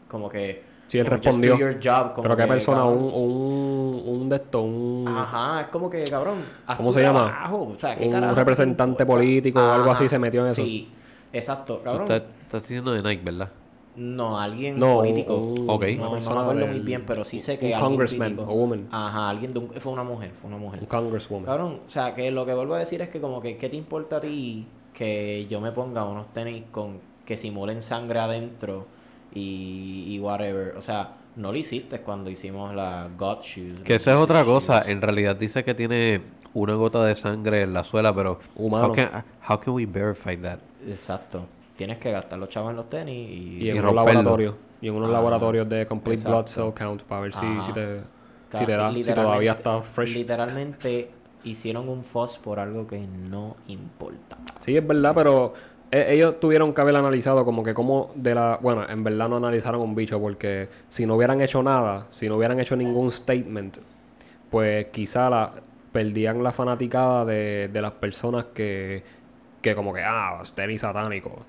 [SPEAKER 1] Como que...
[SPEAKER 3] Sí, él
[SPEAKER 1] como, "Just
[SPEAKER 3] respondió.
[SPEAKER 1] do your job", como
[SPEAKER 3] Pero qué
[SPEAKER 1] que,
[SPEAKER 3] persona,
[SPEAKER 1] cabrón.
[SPEAKER 3] un, un, un de esto, un,
[SPEAKER 1] Ajá, es como que, cabrón. haz
[SPEAKER 3] Mm. ¿Cómo
[SPEAKER 1] tu
[SPEAKER 3] se llama?
[SPEAKER 1] trabajo, o sea, ¿qué
[SPEAKER 3] un
[SPEAKER 1] carajo?
[SPEAKER 3] representante político o algo
[SPEAKER 1] Ajá,
[SPEAKER 3] así se metió en eso.
[SPEAKER 1] Sí, exacto,
[SPEAKER 2] Tú
[SPEAKER 1] cabrón.
[SPEAKER 2] estás, estás diciendo de Nike, ¿verdad?
[SPEAKER 1] No, alguien
[SPEAKER 3] No,
[SPEAKER 1] político.
[SPEAKER 3] un-
[SPEAKER 2] Ok.
[SPEAKER 3] una
[SPEAKER 1] No, no me
[SPEAKER 3] persona
[SPEAKER 1] acuerdo
[SPEAKER 3] del-
[SPEAKER 1] muy bien, pero sí sé que
[SPEAKER 3] un
[SPEAKER 1] alguien
[SPEAKER 3] congressman
[SPEAKER 1] crítico.
[SPEAKER 3] o woman.
[SPEAKER 1] Ajá, alguien de un- fue una mujer, fue una mujer.
[SPEAKER 3] Un congresswoman.
[SPEAKER 1] Cabrón, o sea, que lo que vuelvo a decir es que como que qué te importa a ti que yo me ponga unos tenis con que simulen sangre adentro y, y whatever, o sea, no lo hiciste cuando hicimos la God Shoes.
[SPEAKER 2] Que
[SPEAKER 1] la
[SPEAKER 2] esa es
[SPEAKER 1] Gossip
[SPEAKER 2] otra
[SPEAKER 1] Shoes.
[SPEAKER 2] cosa. En realidad dice que tiene una gota de sangre en la suela, pero...
[SPEAKER 3] Humano.
[SPEAKER 2] How can, how can we verify that?
[SPEAKER 1] Exacto. Tienes que gastar los chavos en los tenis y,
[SPEAKER 3] Y en
[SPEAKER 2] y
[SPEAKER 3] unos
[SPEAKER 2] romperlo.
[SPEAKER 3] laboratorios. Y en unos
[SPEAKER 1] Ah,
[SPEAKER 3] laboratorios de Complete Blood
[SPEAKER 1] exacto.
[SPEAKER 3] Cell Count para ver si,
[SPEAKER 1] Ajá.
[SPEAKER 3] si te,
[SPEAKER 1] Ca-
[SPEAKER 3] si te da, si
[SPEAKER 1] literalmente-
[SPEAKER 3] todavía está fresh.
[SPEAKER 1] Literalmente hicieron un FOS por algo que no importa.
[SPEAKER 3] Sí, es verdad, pero e- ellos tuvieron que haber analizado como que como de la... Bueno, en verdad no analizaron un bicho porque si no hubieran hecho nada, si no hubieran hecho ningún statement, pues quizá la, perdían la fanaticada de, de las personas que, que como que, ah, tenis satánico.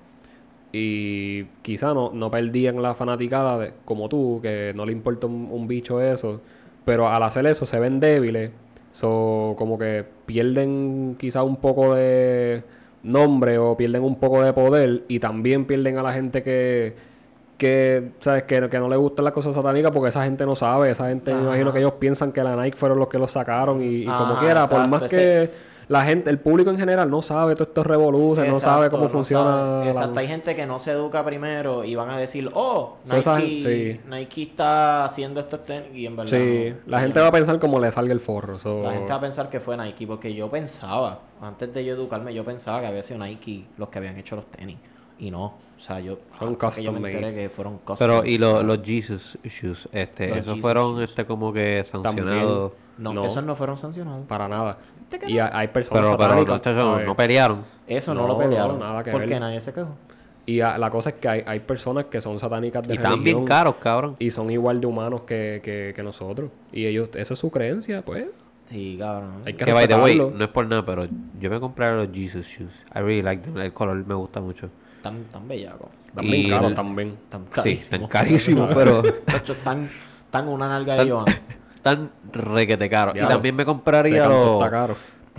[SPEAKER 3] Y quizá no, no perdían la fanaticada de, como tú, que no le importa un, un bicho eso. Pero al hacer eso se ven débiles. So, como que pierden quizá un poco de nombre o pierden un poco de poder. Y también pierden a la gente que, que ¿sabes? Que, que no le gustan las cosas satánicas porque esa gente no sabe. Esa gente, me
[SPEAKER 1] Ajá.
[SPEAKER 3] imagino que ellos piensan que la Nike fueron los que los sacaron. Y, y como
[SPEAKER 1] Ajá,
[SPEAKER 3] quiera, por
[SPEAKER 1] exacto,
[SPEAKER 3] más
[SPEAKER 1] ese-
[SPEAKER 3] que... La gente, el público en general no sabe todo esto revoluciones, no sabe
[SPEAKER 1] Exacto,
[SPEAKER 3] cómo
[SPEAKER 1] no
[SPEAKER 3] funciona.
[SPEAKER 1] sabe.
[SPEAKER 3] la-
[SPEAKER 1] Exacto, hay gente que no se educa primero y van a decir, oh,
[SPEAKER 3] So, esa
[SPEAKER 1] Nike,
[SPEAKER 3] gen-
[SPEAKER 1] Nike está haciendo estos tenis y en verdad.
[SPEAKER 3] Sí,
[SPEAKER 1] no.
[SPEAKER 3] la gente va a pensar como le salga el forro. so-
[SPEAKER 1] La gente va a pensar que fue Nike, porque yo pensaba, antes de yo educarme, yo pensaba que había sido Nike los que habían hecho los tenis. Y no, o sea, yo,
[SPEAKER 3] Son
[SPEAKER 1] fue que yo me
[SPEAKER 3] custom
[SPEAKER 1] enteré
[SPEAKER 3] made.
[SPEAKER 1] que fueron custom.
[SPEAKER 2] Pero, y lo- los Jesus Shoes, este,
[SPEAKER 1] Los
[SPEAKER 2] esos
[SPEAKER 1] Jesus
[SPEAKER 2] fueron
[SPEAKER 1] shoes.
[SPEAKER 2] este como que sancionados.
[SPEAKER 1] no,
[SPEAKER 3] no.
[SPEAKER 1] esos no fueron sancionados.
[SPEAKER 3] Para nada. Y ha- hay personas
[SPEAKER 2] Pero, pero
[SPEAKER 3] satánicas,
[SPEAKER 2] no, chacho,
[SPEAKER 3] ¿sabes?
[SPEAKER 2] no pelearon.
[SPEAKER 1] Eso no,
[SPEAKER 3] No,
[SPEAKER 1] lo pelearon.
[SPEAKER 3] no, nada que
[SPEAKER 1] porque
[SPEAKER 3] ver.
[SPEAKER 1] nadie se quejó.
[SPEAKER 3] Y ah, la cosa es que hay, hay personas que son satánicas de
[SPEAKER 2] Y están bien
[SPEAKER 3] religión
[SPEAKER 2] caros, cabrón.
[SPEAKER 3] Y son igual de humanos que, que- que nosotros. Y ellos, esa es su creencia, pues.
[SPEAKER 1] Sí, cabrón.
[SPEAKER 3] Hay que,
[SPEAKER 2] Que, by the way,
[SPEAKER 3] respetarlo.
[SPEAKER 2] no es por nada, pero yo me compré los Jesus Shoes. I really like them. El color me gusta mucho.
[SPEAKER 1] Tan, tan bellaco.
[SPEAKER 3] Están
[SPEAKER 2] y
[SPEAKER 3] bien caros
[SPEAKER 2] el-
[SPEAKER 3] también.
[SPEAKER 1] Tan
[SPEAKER 2] Sí, están
[SPEAKER 1] carísimo.
[SPEAKER 2] carísimos, pero
[SPEAKER 1] <laughs> Tacho, tan, tan una nalga
[SPEAKER 2] Tan-
[SPEAKER 1] de Joan.
[SPEAKER 2] están requete caros. Y
[SPEAKER 3] Diablo.
[SPEAKER 2] también me
[SPEAKER 3] Ese
[SPEAKER 2] compraría
[SPEAKER 3] canto
[SPEAKER 2] los...
[SPEAKER 3] está caro.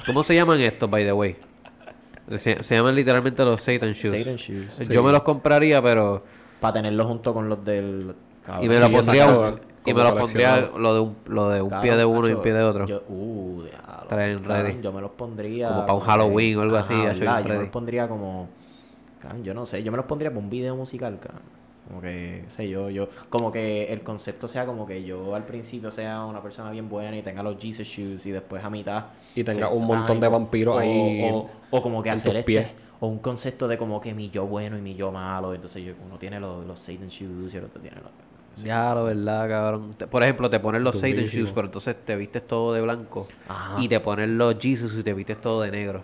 [SPEAKER 2] ¿Cómo se llaman estos, by the way? Se, se llaman literalmente los Satan Shoes.
[SPEAKER 1] Satan shoes.
[SPEAKER 2] Yo me los compraría, pero...
[SPEAKER 1] Para tenerlo junto con los del. cabrón.
[SPEAKER 2] Y me
[SPEAKER 1] Sí,
[SPEAKER 2] los
[SPEAKER 3] yo
[SPEAKER 2] pondría,
[SPEAKER 3] saco
[SPEAKER 2] un- y
[SPEAKER 3] como
[SPEAKER 2] me los
[SPEAKER 3] coleccionado.
[SPEAKER 2] pondría lo de un, lo de un
[SPEAKER 1] cabrón,
[SPEAKER 2] pie de uno y un
[SPEAKER 1] macho,
[SPEAKER 2] pie de otro.
[SPEAKER 1] Yo, uh, diablo,
[SPEAKER 2] Traen
[SPEAKER 1] cabrón,
[SPEAKER 2] ready.
[SPEAKER 1] Yo me los pondría.
[SPEAKER 2] Como pa' un
[SPEAKER 1] que-
[SPEAKER 2] Halloween o algo
[SPEAKER 1] Ajá,
[SPEAKER 2] así, ya soy
[SPEAKER 1] ¿verdad? Yo me
[SPEAKER 2] ready.
[SPEAKER 1] los pondría como. cabrón, yo no sé. Yo me los pondría para un video musical, cabrón. Como que, qué sé yo, yo. Como que el concepto sea como que yo al principio sea una persona bien buena y tenga los Jesus shoes y después a mitad.
[SPEAKER 3] Y tenga
[SPEAKER 1] se-
[SPEAKER 3] un montón
[SPEAKER 1] ay,
[SPEAKER 3] de
[SPEAKER 1] o-
[SPEAKER 3] vampiros
[SPEAKER 1] o-
[SPEAKER 3] ahí
[SPEAKER 1] O, o como que
[SPEAKER 3] en
[SPEAKER 1] hacer
[SPEAKER 3] tus
[SPEAKER 1] este.
[SPEAKER 3] pies.
[SPEAKER 1] O un concepto de como que mi yo bueno y mi yo malo. Entonces yo- uno tiene los, los Satan shoes y el otro tiene los.
[SPEAKER 2] Ya, la verdad, cabrón. Te- Por ejemplo, te pones los Satan
[SPEAKER 3] Durísimo.
[SPEAKER 2] Shoes, pero entonces te vistes todo de blanco.
[SPEAKER 1] Ajá.
[SPEAKER 2] Y te pones los Jesus y te vistes todo de negro.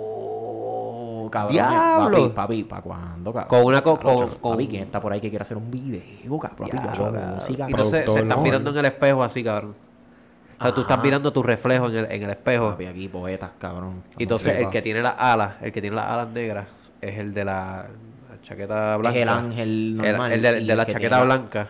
[SPEAKER 1] Oh, cabrón.
[SPEAKER 2] ¡Diablo!
[SPEAKER 1] Papi, papi, ¿pa' cuándo, cabrón?
[SPEAKER 2] Con una co-
[SPEAKER 1] Cabrón,
[SPEAKER 2] con-
[SPEAKER 1] yo-
[SPEAKER 2] con-
[SPEAKER 1] Papi, ¿quién está por ahí que quiere hacer un video, cabrón? Papi, yo hago
[SPEAKER 2] Ya,
[SPEAKER 1] música,
[SPEAKER 2] y entonces se
[SPEAKER 3] productor,
[SPEAKER 2] están
[SPEAKER 3] ¿no?
[SPEAKER 2] mirando en el espejo así, cabrón. O sea, tú estás
[SPEAKER 1] Ajá.
[SPEAKER 2] mirando tu reflejo en el, en el
[SPEAKER 1] cabrón.
[SPEAKER 2] espejo.
[SPEAKER 1] Ah. Papi, aquí poetas, cabrón.
[SPEAKER 2] Y entonces el
[SPEAKER 3] tripa.
[SPEAKER 2] que tiene las alas, el que tiene las alas negras, es el de la, la chaqueta blanca.
[SPEAKER 1] Es el ángel
[SPEAKER 2] El-
[SPEAKER 1] normal.
[SPEAKER 2] el de,
[SPEAKER 1] y
[SPEAKER 2] de la
[SPEAKER 1] que
[SPEAKER 2] chaqueta
[SPEAKER 1] tiene la-
[SPEAKER 2] blanca.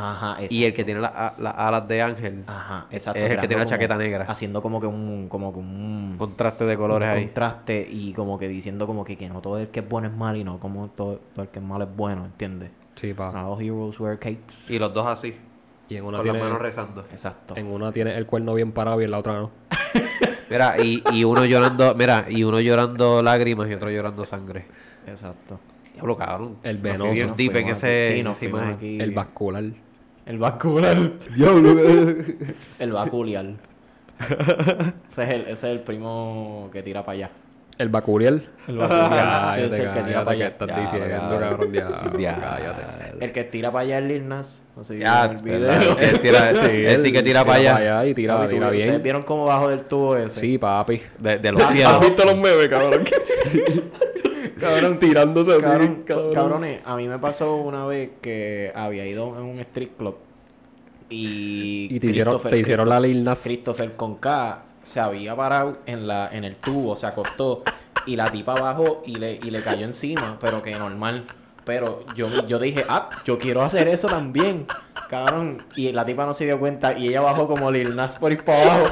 [SPEAKER 1] Ajá,
[SPEAKER 2] Y el que tiene la- a- las alas de ángel.
[SPEAKER 1] Ajá, exacto.
[SPEAKER 2] es el que
[SPEAKER 1] creando
[SPEAKER 2] tiene la
[SPEAKER 1] como-
[SPEAKER 2] chaqueta negra.
[SPEAKER 1] Haciendo como que un... Como que un...
[SPEAKER 2] Contraste de colores
[SPEAKER 1] un
[SPEAKER 2] ahí.
[SPEAKER 1] contraste y como que diciendo como que, que no todo el que es bueno es malo y no como todo, todo el que es malo es bueno, ¿entiendes?
[SPEAKER 3] Sí,
[SPEAKER 2] Ah.
[SPEAKER 3] pa.
[SPEAKER 1] No, los heroes wear capes.
[SPEAKER 2] Y los dos así.
[SPEAKER 3] Y en una,
[SPEAKER 2] Con
[SPEAKER 3] tiene,
[SPEAKER 2] las manos rezando.
[SPEAKER 1] Exacto.
[SPEAKER 3] en una tiene el cuerno bien parado y en la otra no.
[SPEAKER 2] Mira, y, y uno llorando, mira, y uno llorando lágrimas y otro llorando sangre.
[SPEAKER 1] Exacto.
[SPEAKER 2] Diablo, cabrón.
[SPEAKER 3] El
[SPEAKER 2] Nos
[SPEAKER 3] venoso.
[SPEAKER 2] fui bien
[SPEAKER 1] Nos
[SPEAKER 2] deep en
[SPEAKER 1] fuimos
[SPEAKER 2] ese,
[SPEAKER 1] aquí. Sí,
[SPEAKER 2] en
[SPEAKER 1] nos
[SPEAKER 2] esa
[SPEAKER 1] fuimos
[SPEAKER 2] imagen.
[SPEAKER 1] aquí.
[SPEAKER 2] <laughs>
[SPEAKER 3] El vascular.
[SPEAKER 1] El vascular.
[SPEAKER 3] Diablo.
[SPEAKER 1] El vaculiar. ese, es el, ese es el primo que tira para allá.
[SPEAKER 3] El Bacuriel.
[SPEAKER 1] El Bacuriel. <laughs> Sí,
[SPEAKER 3] Cállate,
[SPEAKER 1] es el que tira
[SPEAKER 3] cállate,
[SPEAKER 1] para
[SPEAKER 3] que
[SPEAKER 1] allá.
[SPEAKER 3] estás
[SPEAKER 2] Ya,
[SPEAKER 3] diciendo,
[SPEAKER 2] ya.
[SPEAKER 1] <laughs>
[SPEAKER 3] cabrón, diablo,
[SPEAKER 2] Ya.
[SPEAKER 3] cállate.
[SPEAKER 1] El que tira para allá es Lil Nas. No sé si
[SPEAKER 2] Ya,
[SPEAKER 1] vieron el video.
[SPEAKER 2] ¿verdad?
[SPEAKER 1] <laughs>
[SPEAKER 2] Él
[SPEAKER 1] Eh,
[SPEAKER 2] tira- sí, él sí que tira para allá.
[SPEAKER 3] y tira,
[SPEAKER 1] Papi, Ah, ¿tú-
[SPEAKER 3] tira
[SPEAKER 1] ¿Ustedes
[SPEAKER 3] bien.
[SPEAKER 1] vieron cómo bajo del tubo ese?
[SPEAKER 3] Sí, papi.
[SPEAKER 2] De, de los
[SPEAKER 3] ¿Has
[SPEAKER 2] cielos.
[SPEAKER 3] visto los memes, cabrón? <laughs> cabrón, tirándose así,
[SPEAKER 1] Cabrón,
[SPEAKER 3] cabrón.
[SPEAKER 1] cabrones, a mí me pasó una vez que había ido en un street club Y,
[SPEAKER 3] Y te hicieron-
[SPEAKER 1] Christopher-
[SPEAKER 3] te hicieron la Lil Nas.
[SPEAKER 1] Christopher con K se había parado en, la, en el tubo, se acostó y la tipa bajó y le, y le cayó encima, pero que normal. Pero yo, yo dije, ah, yo quiero hacer eso también. Cabrón. Y la tipa no se dio cuenta y ella bajó como Lil Nas por ir para abajo.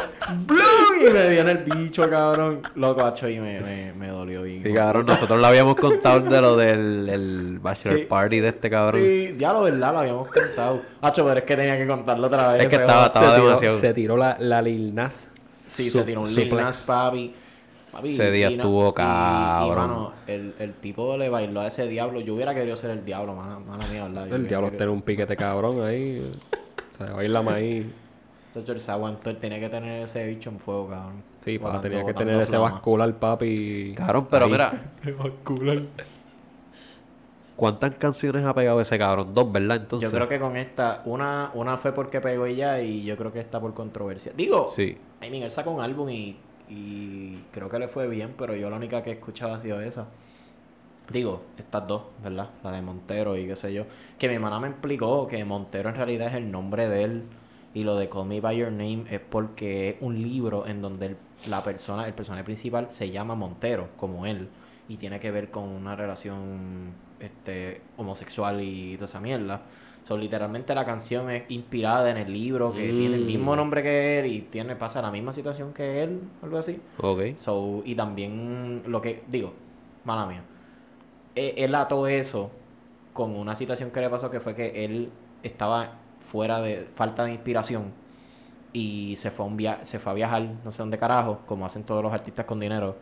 [SPEAKER 1] ¡Blum! Y le dio en el bicho, cabrón. Loco, hacho, y me, me, me dolió bien.
[SPEAKER 2] Sí, cabrón, nosotros lo habíamos contado de lo del el Bachelor
[SPEAKER 1] Sí.
[SPEAKER 2] Party de este cabrón.
[SPEAKER 1] Sí, ya lo verdad lo habíamos contado. Hacho, pero es que tenía que contarlo otra vez.
[SPEAKER 2] Es que
[SPEAKER 1] ¿eh?
[SPEAKER 2] estaba-
[SPEAKER 3] se tiró,
[SPEAKER 2] demasiado.
[SPEAKER 3] se tiró la, la Lil Nas.
[SPEAKER 1] Sí,
[SPEAKER 3] Su-
[SPEAKER 1] se tiró un Lil
[SPEAKER 3] suplex.
[SPEAKER 1] Nas, papi. Papi,
[SPEAKER 2] Ese día
[SPEAKER 1] y no-
[SPEAKER 2] estuvo
[SPEAKER 1] y-
[SPEAKER 2] cabrón.
[SPEAKER 1] Y, mano, el, el tipo le bailó a ese diablo. Yo hubiera querido ser el diablo, mano, mano mía, ¿verdad? Yo
[SPEAKER 3] El
[SPEAKER 1] hubiera
[SPEAKER 3] diablo
[SPEAKER 1] querido-
[SPEAKER 3] tiene un piquete cabrón ahí. Se baila maíz.
[SPEAKER 1] Entonces, él se aguantó. Él tenía que tener ese bicho en fuego, cabrón.
[SPEAKER 3] Sí, para
[SPEAKER 1] Botando-
[SPEAKER 3] tenía que
[SPEAKER 1] botando
[SPEAKER 3] tener ese
[SPEAKER 1] flama.
[SPEAKER 3] vascular, papi.
[SPEAKER 2] Cabrón, pero
[SPEAKER 1] <laughs>
[SPEAKER 3] Ahí.
[SPEAKER 2] mira, ¿cuántas canciones ha pegado ese cabrón? Dos, ¿verdad? Entonces,
[SPEAKER 1] Yo creo que con esta, una, una fue porque pegó ella y yo creo que está por controversia. Digo,
[SPEAKER 2] Sí.
[SPEAKER 1] I mean, él sacó un álbum y, y creo que le fue bien, pero yo la única que he escuchado ha sido esa. Digo, estas dos, ¿verdad? La de Montero y qué sé yo. Que mi hermana me explicó que Montero en realidad es el nombre de él y lo de Call Me By Your Name es porque es un libro en donde el- la persona, el personaje principal se llama Montero, como él, y tiene que ver con una relación este, homosexual y toda esa mierda. So, literalmente la canción es inspirada en el libro que tiene el mismo
[SPEAKER 2] Mm.
[SPEAKER 1] nombre que él y tiene pasa la misma situación que él, algo así.
[SPEAKER 2] Ok.
[SPEAKER 1] So, y también lo que digo, mala mía. e- Él ató eso con una situación que le pasó que fue que él estaba fuera de falta de inspiración y se fue a un via- se fue a viajar, no sé dónde carajo, como hacen todos los artistas con dinero.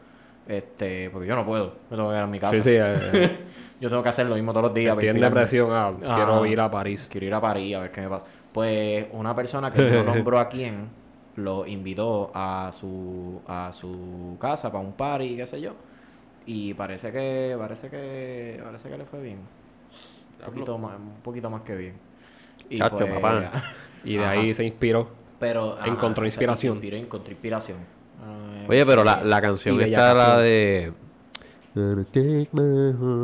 [SPEAKER 1] Este, porque yo no puedo, me tengo que quedar en mi casa.
[SPEAKER 3] Sí, sí. eh,
[SPEAKER 1] Yo tengo que hacer lo mismo todos los días. para
[SPEAKER 3] Tiene
[SPEAKER 1] inspirarme.
[SPEAKER 3] depresión. Ah,
[SPEAKER 1] Ah.
[SPEAKER 3] quiero ir a París.
[SPEAKER 1] Quiero ir a París a ver qué me pasa. Pues una persona que
[SPEAKER 2] <laughs>
[SPEAKER 1] no nombró a quién lo invitó a su a su casa para un party, qué sé yo. Y parece que parece que parece que le fue bien. Un poquito más, un poquito más que bien. Y
[SPEAKER 2] Chacho, papá.
[SPEAKER 3] Y de
[SPEAKER 1] Ajá.
[SPEAKER 3] ahí se inspiró.
[SPEAKER 1] Pero ajá,
[SPEAKER 3] Encontró
[SPEAKER 1] se
[SPEAKER 3] inspiración.
[SPEAKER 1] inspiró, encontró inspiración. Ah,
[SPEAKER 2] Oye, pero la,
[SPEAKER 1] eh,
[SPEAKER 2] la canción
[SPEAKER 3] Y bella
[SPEAKER 2] está la
[SPEAKER 3] canción.
[SPEAKER 2] de.
[SPEAKER 1] Sí,
[SPEAKER 3] Sí,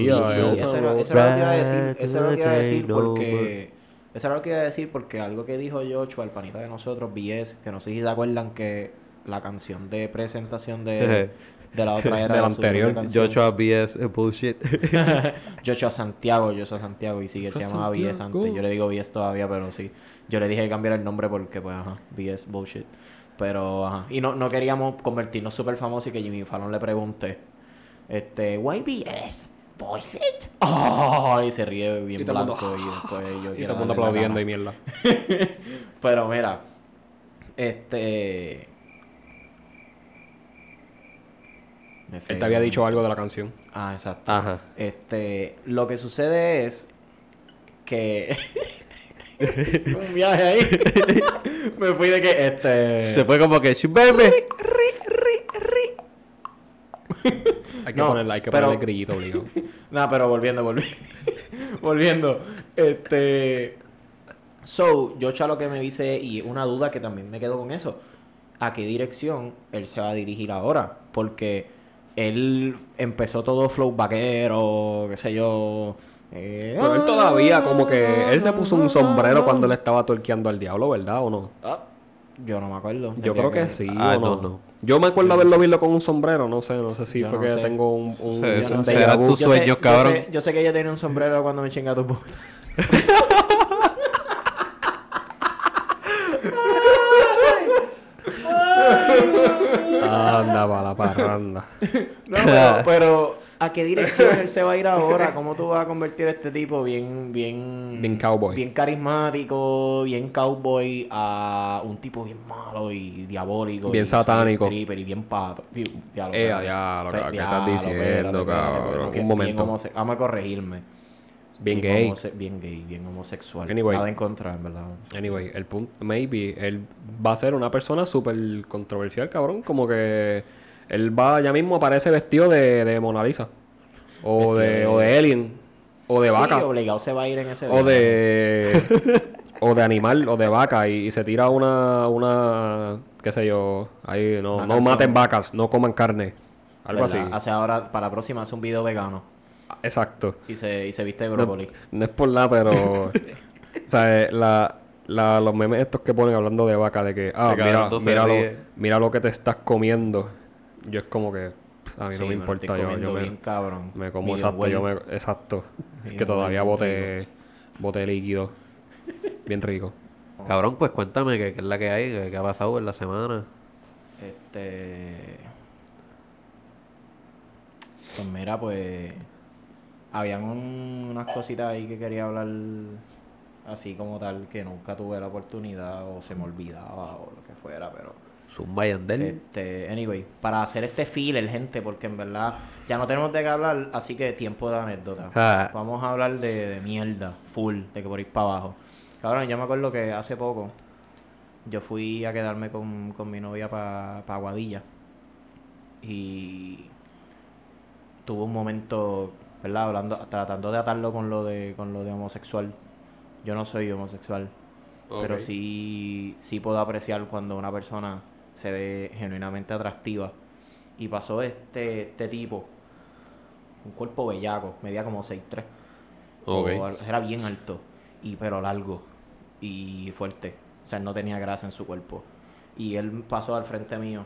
[SPEAKER 1] y- y
[SPEAKER 3] ah,
[SPEAKER 1] eso
[SPEAKER 3] eh,
[SPEAKER 1] era- eso era lo que iba a decir, eso era lo que iba a decir porque eso era lo que iba a decir porque algo que dijo Joshua, el panita de nosotros, BS, que no sé si se acuerdan que la canción de presentación
[SPEAKER 3] <laughs>
[SPEAKER 1] de, de la otra era
[SPEAKER 3] De la
[SPEAKER 1] su
[SPEAKER 3] anterior,
[SPEAKER 1] propia canción.
[SPEAKER 2] Joshua BS es bullshit.
[SPEAKER 1] Joshua Santiago, Joshua Santiago y sí, él se llamaba BS antes, yo le digo BS todavía, pero sí. Yo le dije que cambiara el nombre porque pues ajá, BS bullshit. Pero ajá, y no, no queríamos convertirnos súper famosos y que Jimmy Fallon le pregunte este, why BS? Bullshit. Oh, y se ríe bien
[SPEAKER 3] Y todo el
[SPEAKER 1] blanco
[SPEAKER 3] mundo, "Ah".
[SPEAKER 1] y después yo
[SPEAKER 3] Y
[SPEAKER 1] quiero
[SPEAKER 3] todo el mundo
[SPEAKER 1] darle la
[SPEAKER 3] aplaudiendo
[SPEAKER 1] gana.
[SPEAKER 3] y mierda.
[SPEAKER 1] Pero mira, este. Me
[SPEAKER 3] Él
[SPEAKER 1] fregué.
[SPEAKER 3] te Este había dicho algo de la canción.
[SPEAKER 1] Ah, exacto.
[SPEAKER 2] Ajá.
[SPEAKER 1] Este. Lo que sucede es que. <laughs> Un viaje ahí. <laughs> Me fui de que. Este.
[SPEAKER 2] Se fue como que. ¡Baby!
[SPEAKER 3] Hay que
[SPEAKER 1] No,
[SPEAKER 3] ponerle, hay que
[SPEAKER 1] pero-
[SPEAKER 3] ponerle grillito obligado.
[SPEAKER 1] Nada, pero volviendo, volviendo. <laughs> volviendo. Este. So, Joshua lo que me dice, y una duda que también me quedo con eso. ¿A qué dirección él se va a dirigir ahora? Porque él empezó todo flow vaquero, qué sé yo. eh,
[SPEAKER 3] <laughs> Pero él todavía como que... Él se
[SPEAKER 1] ah,
[SPEAKER 3] puso
[SPEAKER 1] ah,
[SPEAKER 3] un sombrero
[SPEAKER 1] ah,
[SPEAKER 3] cuando le estaba torqueando al diablo, ¿verdad o no?
[SPEAKER 1] ah. yo no me acuerdo.
[SPEAKER 3] Yo
[SPEAKER 1] Tendría
[SPEAKER 3] creo que sí
[SPEAKER 2] Ah,
[SPEAKER 3] o no.
[SPEAKER 2] no, no.
[SPEAKER 3] Yo me acuerdo haberlo visto con un sombrero, no sé, no sé si
[SPEAKER 1] Yo
[SPEAKER 3] fue
[SPEAKER 1] no
[SPEAKER 3] que
[SPEAKER 1] sé.
[SPEAKER 3] tengo un... un,
[SPEAKER 2] Sí, eso
[SPEAKER 3] un
[SPEAKER 2] será tu
[SPEAKER 3] déjà vu.
[SPEAKER 1] Yo
[SPEAKER 2] sueño, cabrón.
[SPEAKER 1] Yo sé, yo sé que yo tenía un sombrero cuando me chinga tu puta.
[SPEAKER 3] Anda, va la parranda.
[SPEAKER 1] <laughs> No,
[SPEAKER 3] <laughs>
[SPEAKER 1] pero, pero, ¿a qué dirección él se va a ir ahora? ¿Cómo tú vas a convertir a este tipo bien, bien,
[SPEAKER 3] Bien cowboy.
[SPEAKER 1] bien carismático, bien cowboy, a un tipo bien malo y diabólico,
[SPEAKER 3] Bien
[SPEAKER 1] y
[SPEAKER 3] satánico.
[SPEAKER 1] soy stripper y bien pato? Digo, diablo,
[SPEAKER 3] Eh,
[SPEAKER 1] espérate.
[SPEAKER 3] diablo,
[SPEAKER 1] Pe-
[SPEAKER 3] ¿qué estás
[SPEAKER 1] diablo,
[SPEAKER 3] diciendo, cabrón?
[SPEAKER 1] porque
[SPEAKER 3] Un
[SPEAKER 1] bien
[SPEAKER 3] momento.
[SPEAKER 1] homose- Vamos a corregirme.
[SPEAKER 3] Bien gay.
[SPEAKER 1] homose- bien gay, bien homosexual.
[SPEAKER 3] Anyway.
[SPEAKER 1] Nada en contra, en verdad.
[SPEAKER 3] Anyway, el punto, maybe, él va a ser una persona súper controversial, cabrón. Como que él va, ya mismo aparece vestido de, de Mona Lisa. O,
[SPEAKER 1] Vestido
[SPEAKER 3] de,
[SPEAKER 1] de-
[SPEAKER 3] o de Alien. O de vaca.
[SPEAKER 1] Sí, obligado se va a ir en ese
[SPEAKER 3] o de. o de animal, o de vaca. Y, y se tira una, una. qué sé yo. Ahí, no,
[SPEAKER 1] Una
[SPEAKER 3] no
[SPEAKER 1] canción.
[SPEAKER 3] maten vacas, no coman carne. Algo
[SPEAKER 1] ¿Verdad?
[SPEAKER 3] así.
[SPEAKER 1] Hace ahora, para la próxima, hace un video vegano
[SPEAKER 3] Exacto.
[SPEAKER 1] y se, y se viste de
[SPEAKER 3] No,
[SPEAKER 1] brócoli. <laughs>
[SPEAKER 3] no es por nada, pero. O sea, eh, la, la- los memes estos que ponen hablando de vaca, de que, ah,
[SPEAKER 2] Que
[SPEAKER 3] mira,
[SPEAKER 2] cabrón, se
[SPEAKER 3] mira,
[SPEAKER 2] ríe.
[SPEAKER 3] lo, mira lo que te estás comiendo. Yo es como que, pff, a mí
[SPEAKER 1] Sí,
[SPEAKER 3] no me
[SPEAKER 1] me lo
[SPEAKER 3] importa,
[SPEAKER 1] estoy
[SPEAKER 3] yo, yo
[SPEAKER 1] comiendo bien,
[SPEAKER 3] me,
[SPEAKER 1] cabrón.
[SPEAKER 3] me como,
[SPEAKER 1] Medium
[SPEAKER 3] exacto, yo me,
[SPEAKER 1] well.
[SPEAKER 3] exacto. Es
[SPEAKER 1] Medium
[SPEAKER 3] que todavía
[SPEAKER 1] well,
[SPEAKER 3] bote, bote líquido. Bien rico.
[SPEAKER 2] Cabrón, pues cuéntame qué qué es la que hay, qué- qué ha pasado en la semana.
[SPEAKER 1] Este. Pues mira, pues. Habían un- unas cositas ahí que quería hablar así como tal, que nunca tuve la oportunidad o se me olvidaba o lo que fuera, pero.
[SPEAKER 2] Zumba y Andel.
[SPEAKER 1] Este, anyway, para hacer este filler, gente, porque en verdad ya no tenemos de qué hablar, así que tiempo de anécdota. <laughs>
[SPEAKER 2] Ah.
[SPEAKER 1] Vamos a hablar de, de mierda, full, de que por ir para abajo. Cabrón, yo me acuerdo que hace poco yo fui a quedarme con, con mi novia para pa Aguadilla y tuve un momento, ¿verdad? Hablando, tratando de atarlo con lo de, con lo de homosexual. Yo no soy homosexual. Pero
[SPEAKER 3] Ok.
[SPEAKER 1] sí, sí puedo apreciar cuando una persona se ve genuinamente atractiva. Y pasó este, este tipo, un cuerpo bellaco, medía como 6'3. O
[SPEAKER 2] Ok.
[SPEAKER 1] al- era bien alto, y pero largo y fuerte. O sea, no tenía grasa en su cuerpo. Y él pasó al frente mío.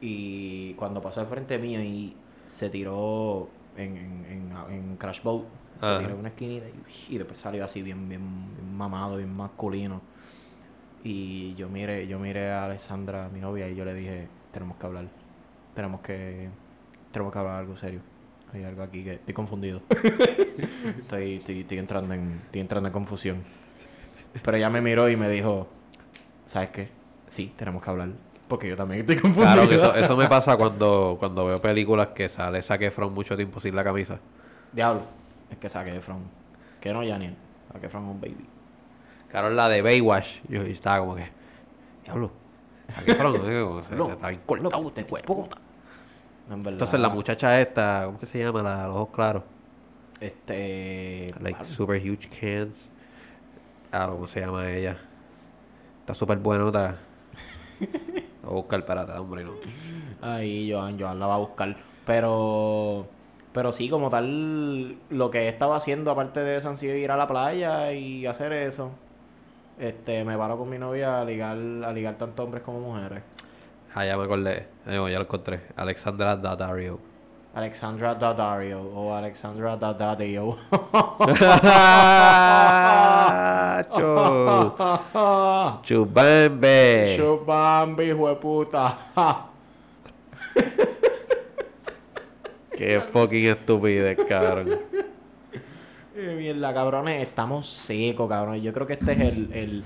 [SPEAKER 1] Y cuando pasó al frente mío y se tiró en, en, en- en Crash Boat, se
[SPEAKER 2] Ajá.
[SPEAKER 1] tiró en una esquinita y, y después salió así bien, bien, bien mamado, bien masculino. Y yo miré, yo miré a Alexandra, mi novia, y yo le dije, tenemos que hablar. Tenemos que, tenemos que hablar algo serio. Hay algo aquí que estoy confundido. estoy, estoy, estoy entrando en, estoy entrando en confusión. Pero ella me miró y me dijo, ¿sabes qué? Sí, tenemos que hablar. Porque yo también estoy confundido. <laughs>
[SPEAKER 2] Claro, que eso, eso me pasa cuando, cuando veo películas que sale saque From mucho tiempo sin la camisa.
[SPEAKER 1] Diablo, es que saqué de From. Que no, Janine. Saqué From un baby.
[SPEAKER 2] Claro, la de Baywatch. Yo, yo estaba como que. Diablo. Zac Efron, digo, se, se está bien cortado
[SPEAKER 1] loco,
[SPEAKER 2] este
[SPEAKER 1] te
[SPEAKER 2] huevo.
[SPEAKER 1] puta. No, en verdad.
[SPEAKER 2] Entonces la muchacha esta, ¿cómo que se llama? La de los ojos claros.
[SPEAKER 1] Este.
[SPEAKER 2] Like
[SPEAKER 1] claro,
[SPEAKER 2] super huge cans. Claro, ¿cómo se llama ella? Está súper buenota. Voy a buscar para atrás, hombre, no.
[SPEAKER 1] Ahí Joan, Joan la va a buscar. Pero. Pero sí, como tal, lo que he estado haciendo aparte de eso han sido ir a la playa y hacer eso. Este, me paro con mi novia a ligar, a ligar tanto hombres como mujeres.
[SPEAKER 2] Ah, ya me acordé. Ah, no, ya lo encontré. Alexandra <laughs> Daddario.
[SPEAKER 1] Alexandra Daddario o Alexandra Daddario. <laughs>
[SPEAKER 2] Chu- Chubambe.
[SPEAKER 1] Chupambi, hijo de <laughs> puta.
[SPEAKER 2] Qué fucking estupidez, cabrón.
[SPEAKER 1] Eh, Mierda, cabrones, estamos secos, cabrones. Yo creo que este es el. el,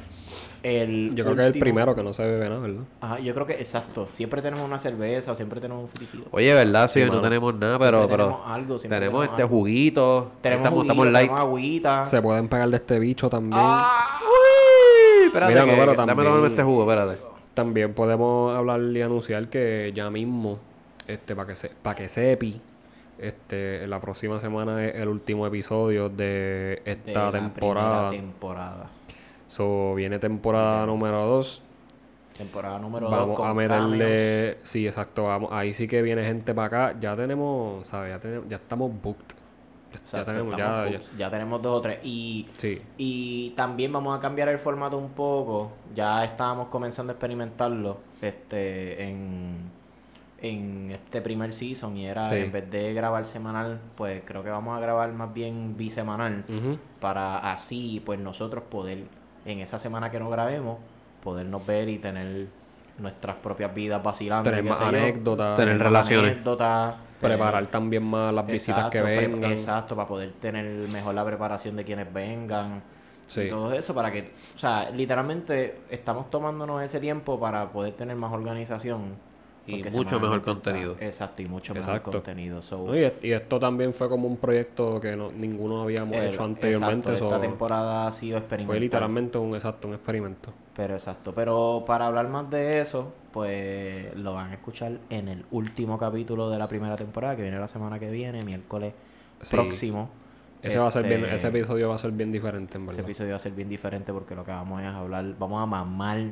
[SPEAKER 1] el
[SPEAKER 3] Yo creo que es el
[SPEAKER 1] último-
[SPEAKER 3] primero que no se bebe nada, ¿verdad?
[SPEAKER 1] Ajá, yo creo que, exacto. Siempre tenemos una cerveza, siempre tenemos un frisido.
[SPEAKER 2] Oye, ¿verdad? Sí,
[SPEAKER 3] Sí,
[SPEAKER 2] no
[SPEAKER 3] mano.
[SPEAKER 2] tenemos nada,
[SPEAKER 1] Siempre
[SPEAKER 2] pero,
[SPEAKER 1] tenemos
[SPEAKER 2] pero
[SPEAKER 1] algo, siempre
[SPEAKER 2] tenemos este
[SPEAKER 1] algo.
[SPEAKER 2] juguito.
[SPEAKER 1] Tenemos,
[SPEAKER 2] estamos,
[SPEAKER 1] juguito,
[SPEAKER 2] estamos light.
[SPEAKER 1] tenemos
[SPEAKER 2] Ah.
[SPEAKER 1] agüita.
[SPEAKER 3] Se pueden pegar de este bicho también.
[SPEAKER 2] Uy, espérate,
[SPEAKER 3] Mira,
[SPEAKER 2] que-
[SPEAKER 3] no, pero
[SPEAKER 2] que- dame,
[SPEAKER 3] también-
[SPEAKER 2] dame este jugo, espérate.
[SPEAKER 3] También podemos hablar y anunciar que ya mismo, este, para que se, para que sepi, este, la próxima semana es el último episodio de
[SPEAKER 1] de
[SPEAKER 3] esta
[SPEAKER 1] la
[SPEAKER 3] temporada.
[SPEAKER 1] primera temporada.
[SPEAKER 3] so, viene temporada número 2.
[SPEAKER 1] Temporada número 2
[SPEAKER 3] Vamos
[SPEAKER 1] con
[SPEAKER 3] a meterle, sí, exacto, vamos, ahí sí que viene gente para acá. Ya tenemos, sabes, ya tenemos, ya estamos booked. Ya,
[SPEAKER 1] Exacto,
[SPEAKER 3] ya tenemos,
[SPEAKER 1] estamos
[SPEAKER 3] ya,
[SPEAKER 1] con-
[SPEAKER 3] ya-
[SPEAKER 1] ya tenemos dos o tres. Y
[SPEAKER 3] sí.
[SPEAKER 1] Y también vamos a cambiar el formato un poco. Ya estábamos comenzando a experimentarlo este, en, en este primer season. Y era
[SPEAKER 3] Sí.
[SPEAKER 1] en vez de grabar semanal, pues creo que vamos a grabar más bien bisemanal.
[SPEAKER 3] Ujú.
[SPEAKER 1] Para así, pues nosotros poder, en esa semana que no grabemos, podernos ver y tener nuestras propias vidas vacilando.
[SPEAKER 3] Tener
[SPEAKER 1] y qué
[SPEAKER 3] más
[SPEAKER 1] sé yo.
[SPEAKER 3] anécdotas.
[SPEAKER 2] Tener
[SPEAKER 1] Más
[SPEAKER 2] relaciones.
[SPEAKER 1] anécdotas,
[SPEAKER 3] Preparar
[SPEAKER 1] tener-
[SPEAKER 3] también más las visitas que
[SPEAKER 1] Exacto, pre-
[SPEAKER 3] vengan.
[SPEAKER 1] Exacto, para poder tener mejor la preparación de quienes vengan.
[SPEAKER 3] Sí.
[SPEAKER 1] Y todo eso para que, o sea, literalmente estamos tomándonos ese tiempo para poder tener más organización.
[SPEAKER 2] Y
[SPEAKER 1] porque
[SPEAKER 2] mucho
[SPEAKER 1] semanalmente
[SPEAKER 2] mejor
[SPEAKER 1] está-
[SPEAKER 2] contenido.
[SPEAKER 1] Exacto, y mucho
[SPEAKER 3] Exacto.
[SPEAKER 1] mejor contenido. So,
[SPEAKER 3] No, Y, es- y esto también fue como un proyecto que no, ninguno habíamos
[SPEAKER 1] el-
[SPEAKER 3] hecho anteriormente.
[SPEAKER 1] exacto,
[SPEAKER 3] so,
[SPEAKER 1] esta temporada ha sido
[SPEAKER 3] fue
[SPEAKER 1] experimental.
[SPEAKER 3] literalmente un exacto un experimento.
[SPEAKER 1] Pero exacto, pero para hablar más de eso, pues lo van a escuchar en el último capítulo de la primera temporada, que viene la semana que viene, miércoles
[SPEAKER 3] Sí.
[SPEAKER 1] próximo.
[SPEAKER 3] Ese va a ser bien,
[SPEAKER 1] Este,
[SPEAKER 3] ese episodio va a ser bien diferente, en
[SPEAKER 1] Ese
[SPEAKER 3] verdad.
[SPEAKER 1] episodio va a ser bien diferente porque lo que vamos es a hablar, vamos a mamar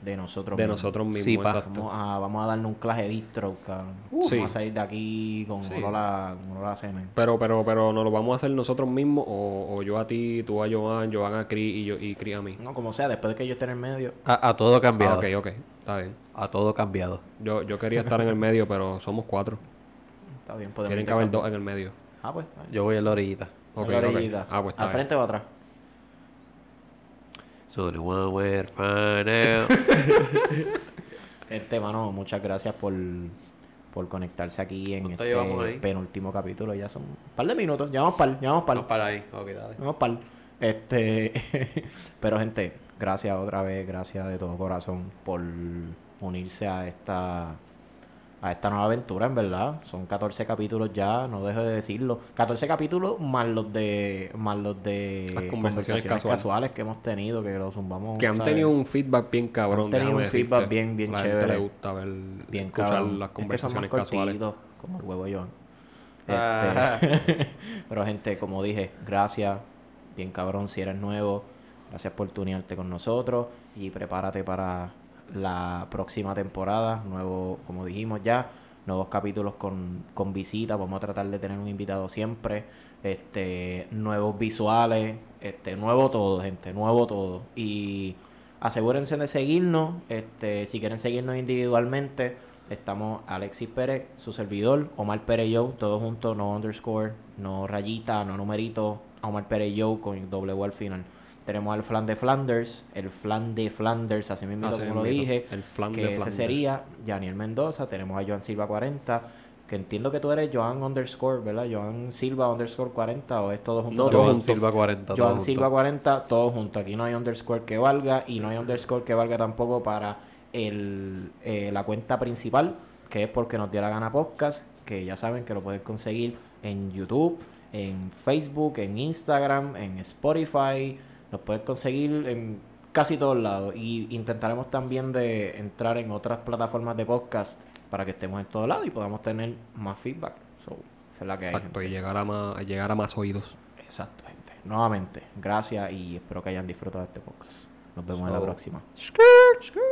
[SPEAKER 1] de nosotros
[SPEAKER 3] de
[SPEAKER 1] mismos.
[SPEAKER 3] nosotros mismos.
[SPEAKER 2] Sí, pa.
[SPEAKER 3] exacto.
[SPEAKER 1] Vamos a, vamos a darnos un clase de distro, cabrón.
[SPEAKER 3] Sí.
[SPEAKER 1] Vamos a salir de aquí con
[SPEAKER 3] Sí.
[SPEAKER 1] olor a, con olor a semen.
[SPEAKER 3] Pero, pero, pero, ¿nos lo vamos a hacer nosotros mismos? O, o yo a ti, tú a Joan, Joan a Cris y, yo, y Cris a mí.
[SPEAKER 1] No, como sea, después de que yo esté en el medio.
[SPEAKER 2] A, a todo
[SPEAKER 3] Ah,
[SPEAKER 2] cambiado.
[SPEAKER 3] ok, ok. Está bien.
[SPEAKER 2] A todo cambiado.
[SPEAKER 3] Yo, yo quería estar en el medio, pero somos cuatro.
[SPEAKER 1] Está bien, podemos.
[SPEAKER 3] Tienen que haber dos
[SPEAKER 1] intercambiar.
[SPEAKER 3] en el medio.
[SPEAKER 1] Ah, pues. está bien.
[SPEAKER 2] Yo voy a la orillita.
[SPEAKER 3] Ok,
[SPEAKER 1] En la
[SPEAKER 3] ok.
[SPEAKER 1] orillita.
[SPEAKER 3] Ah, pues está
[SPEAKER 1] ¿Al
[SPEAKER 3] bien.
[SPEAKER 1] frente o atrás?
[SPEAKER 2] So the one we're fine <laughs> now.
[SPEAKER 1] Este, mano, muchas gracias por, por conectarse aquí en
[SPEAKER 2] ¿Cuánto
[SPEAKER 1] este
[SPEAKER 2] llevamos ahí?
[SPEAKER 1] penúltimo capítulo. Ya son un par de minutos. Llevamos par, llevamos par.
[SPEAKER 2] Vamos para ahí. Ok, dale.
[SPEAKER 1] Vamos pal. Este. <laughs> Pero, gente, gracias otra vez, gracias de todo corazón por unirse a esta. A esta nueva aventura, en verdad. Son 14 capítulos ya, no dejo de decirlo. 14 capítulos más los de. Más los de.
[SPEAKER 3] Las conversaciones casuales.
[SPEAKER 1] casuales que hemos tenido, que los zumbamos.
[SPEAKER 3] Que han
[SPEAKER 1] ¿sabes?
[SPEAKER 3] tenido un feedback bien cabrón.
[SPEAKER 1] Han tenido
[SPEAKER 3] déjame
[SPEAKER 1] un feedback
[SPEAKER 3] decirte.
[SPEAKER 1] bien- bien
[SPEAKER 3] La gente
[SPEAKER 1] chévere.
[SPEAKER 3] le gusta ver,
[SPEAKER 1] Bien
[SPEAKER 3] escuchar
[SPEAKER 1] cabrón.
[SPEAKER 3] las
[SPEAKER 1] Es que son más
[SPEAKER 3] conversaciones casuales.
[SPEAKER 1] cortitos, como el huevo John. Este,
[SPEAKER 2] Ah.
[SPEAKER 1] <laughs> pero gente, como dije, gracias. Bien cabrón si eres nuevo. Gracias por tunearte con nosotros y prepárate para la próxima temporada. Nuevo, como dijimos ya, nuevos capítulos con, con visitas. Vamos a tratar de tener un invitado siempre. Este, nuevos visuales, este, nuevo todo, gente, nuevo todo. Y asegúrense de seguirnos. Este, si quieren seguirnos individualmente, estamos Alexis Pérez, su servidor, Omar Pérez y yo, todos juntos, no underscore, no rayita, no numerito, Omar Pérez y yo con W al final. Tenemos al flan de Flanders, el flan de Flanders, así mismo
[SPEAKER 3] Así
[SPEAKER 1] como lo
[SPEAKER 3] mismito,
[SPEAKER 1] dije,
[SPEAKER 3] el flan de
[SPEAKER 1] que ese
[SPEAKER 3] Flanders.
[SPEAKER 1] sería Daniel Mendoza, tenemos a Joan Silva 40, que entiendo que tú eres Joan underscore, ¿verdad? Joan Silva underscore 40 o es todo junto.
[SPEAKER 3] No,
[SPEAKER 1] Joan
[SPEAKER 3] todo
[SPEAKER 2] Joan
[SPEAKER 3] junto.
[SPEAKER 2] Silva 40. todo
[SPEAKER 1] Joan
[SPEAKER 2] junto.
[SPEAKER 1] Silva 40, todo junto. Aquí no hay underscore que valga y no hay underscore que valga tampoco para el, eh, la cuenta principal, que es porque nos dio la gana podcast, que ya saben que lo pueden conseguir en YouTube, en Facebook, en Instagram, en Spotify, nos pueden conseguir en casi todos lados y intentaremos también de entrar en otras plataformas de podcast para que estemos en todos lados y podamos tener más feedback. So, esa es la que hay, gente.
[SPEAKER 3] Exacto, y llegar a, más, a llegar a más oídos.
[SPEAKER 1] Exacto, gente. Nuevamente, gracias y espero que hayan disfrutado de este podcast. Nos vemos en la
[SPEAKER 2] So-
[SPEAKER 1] próxima.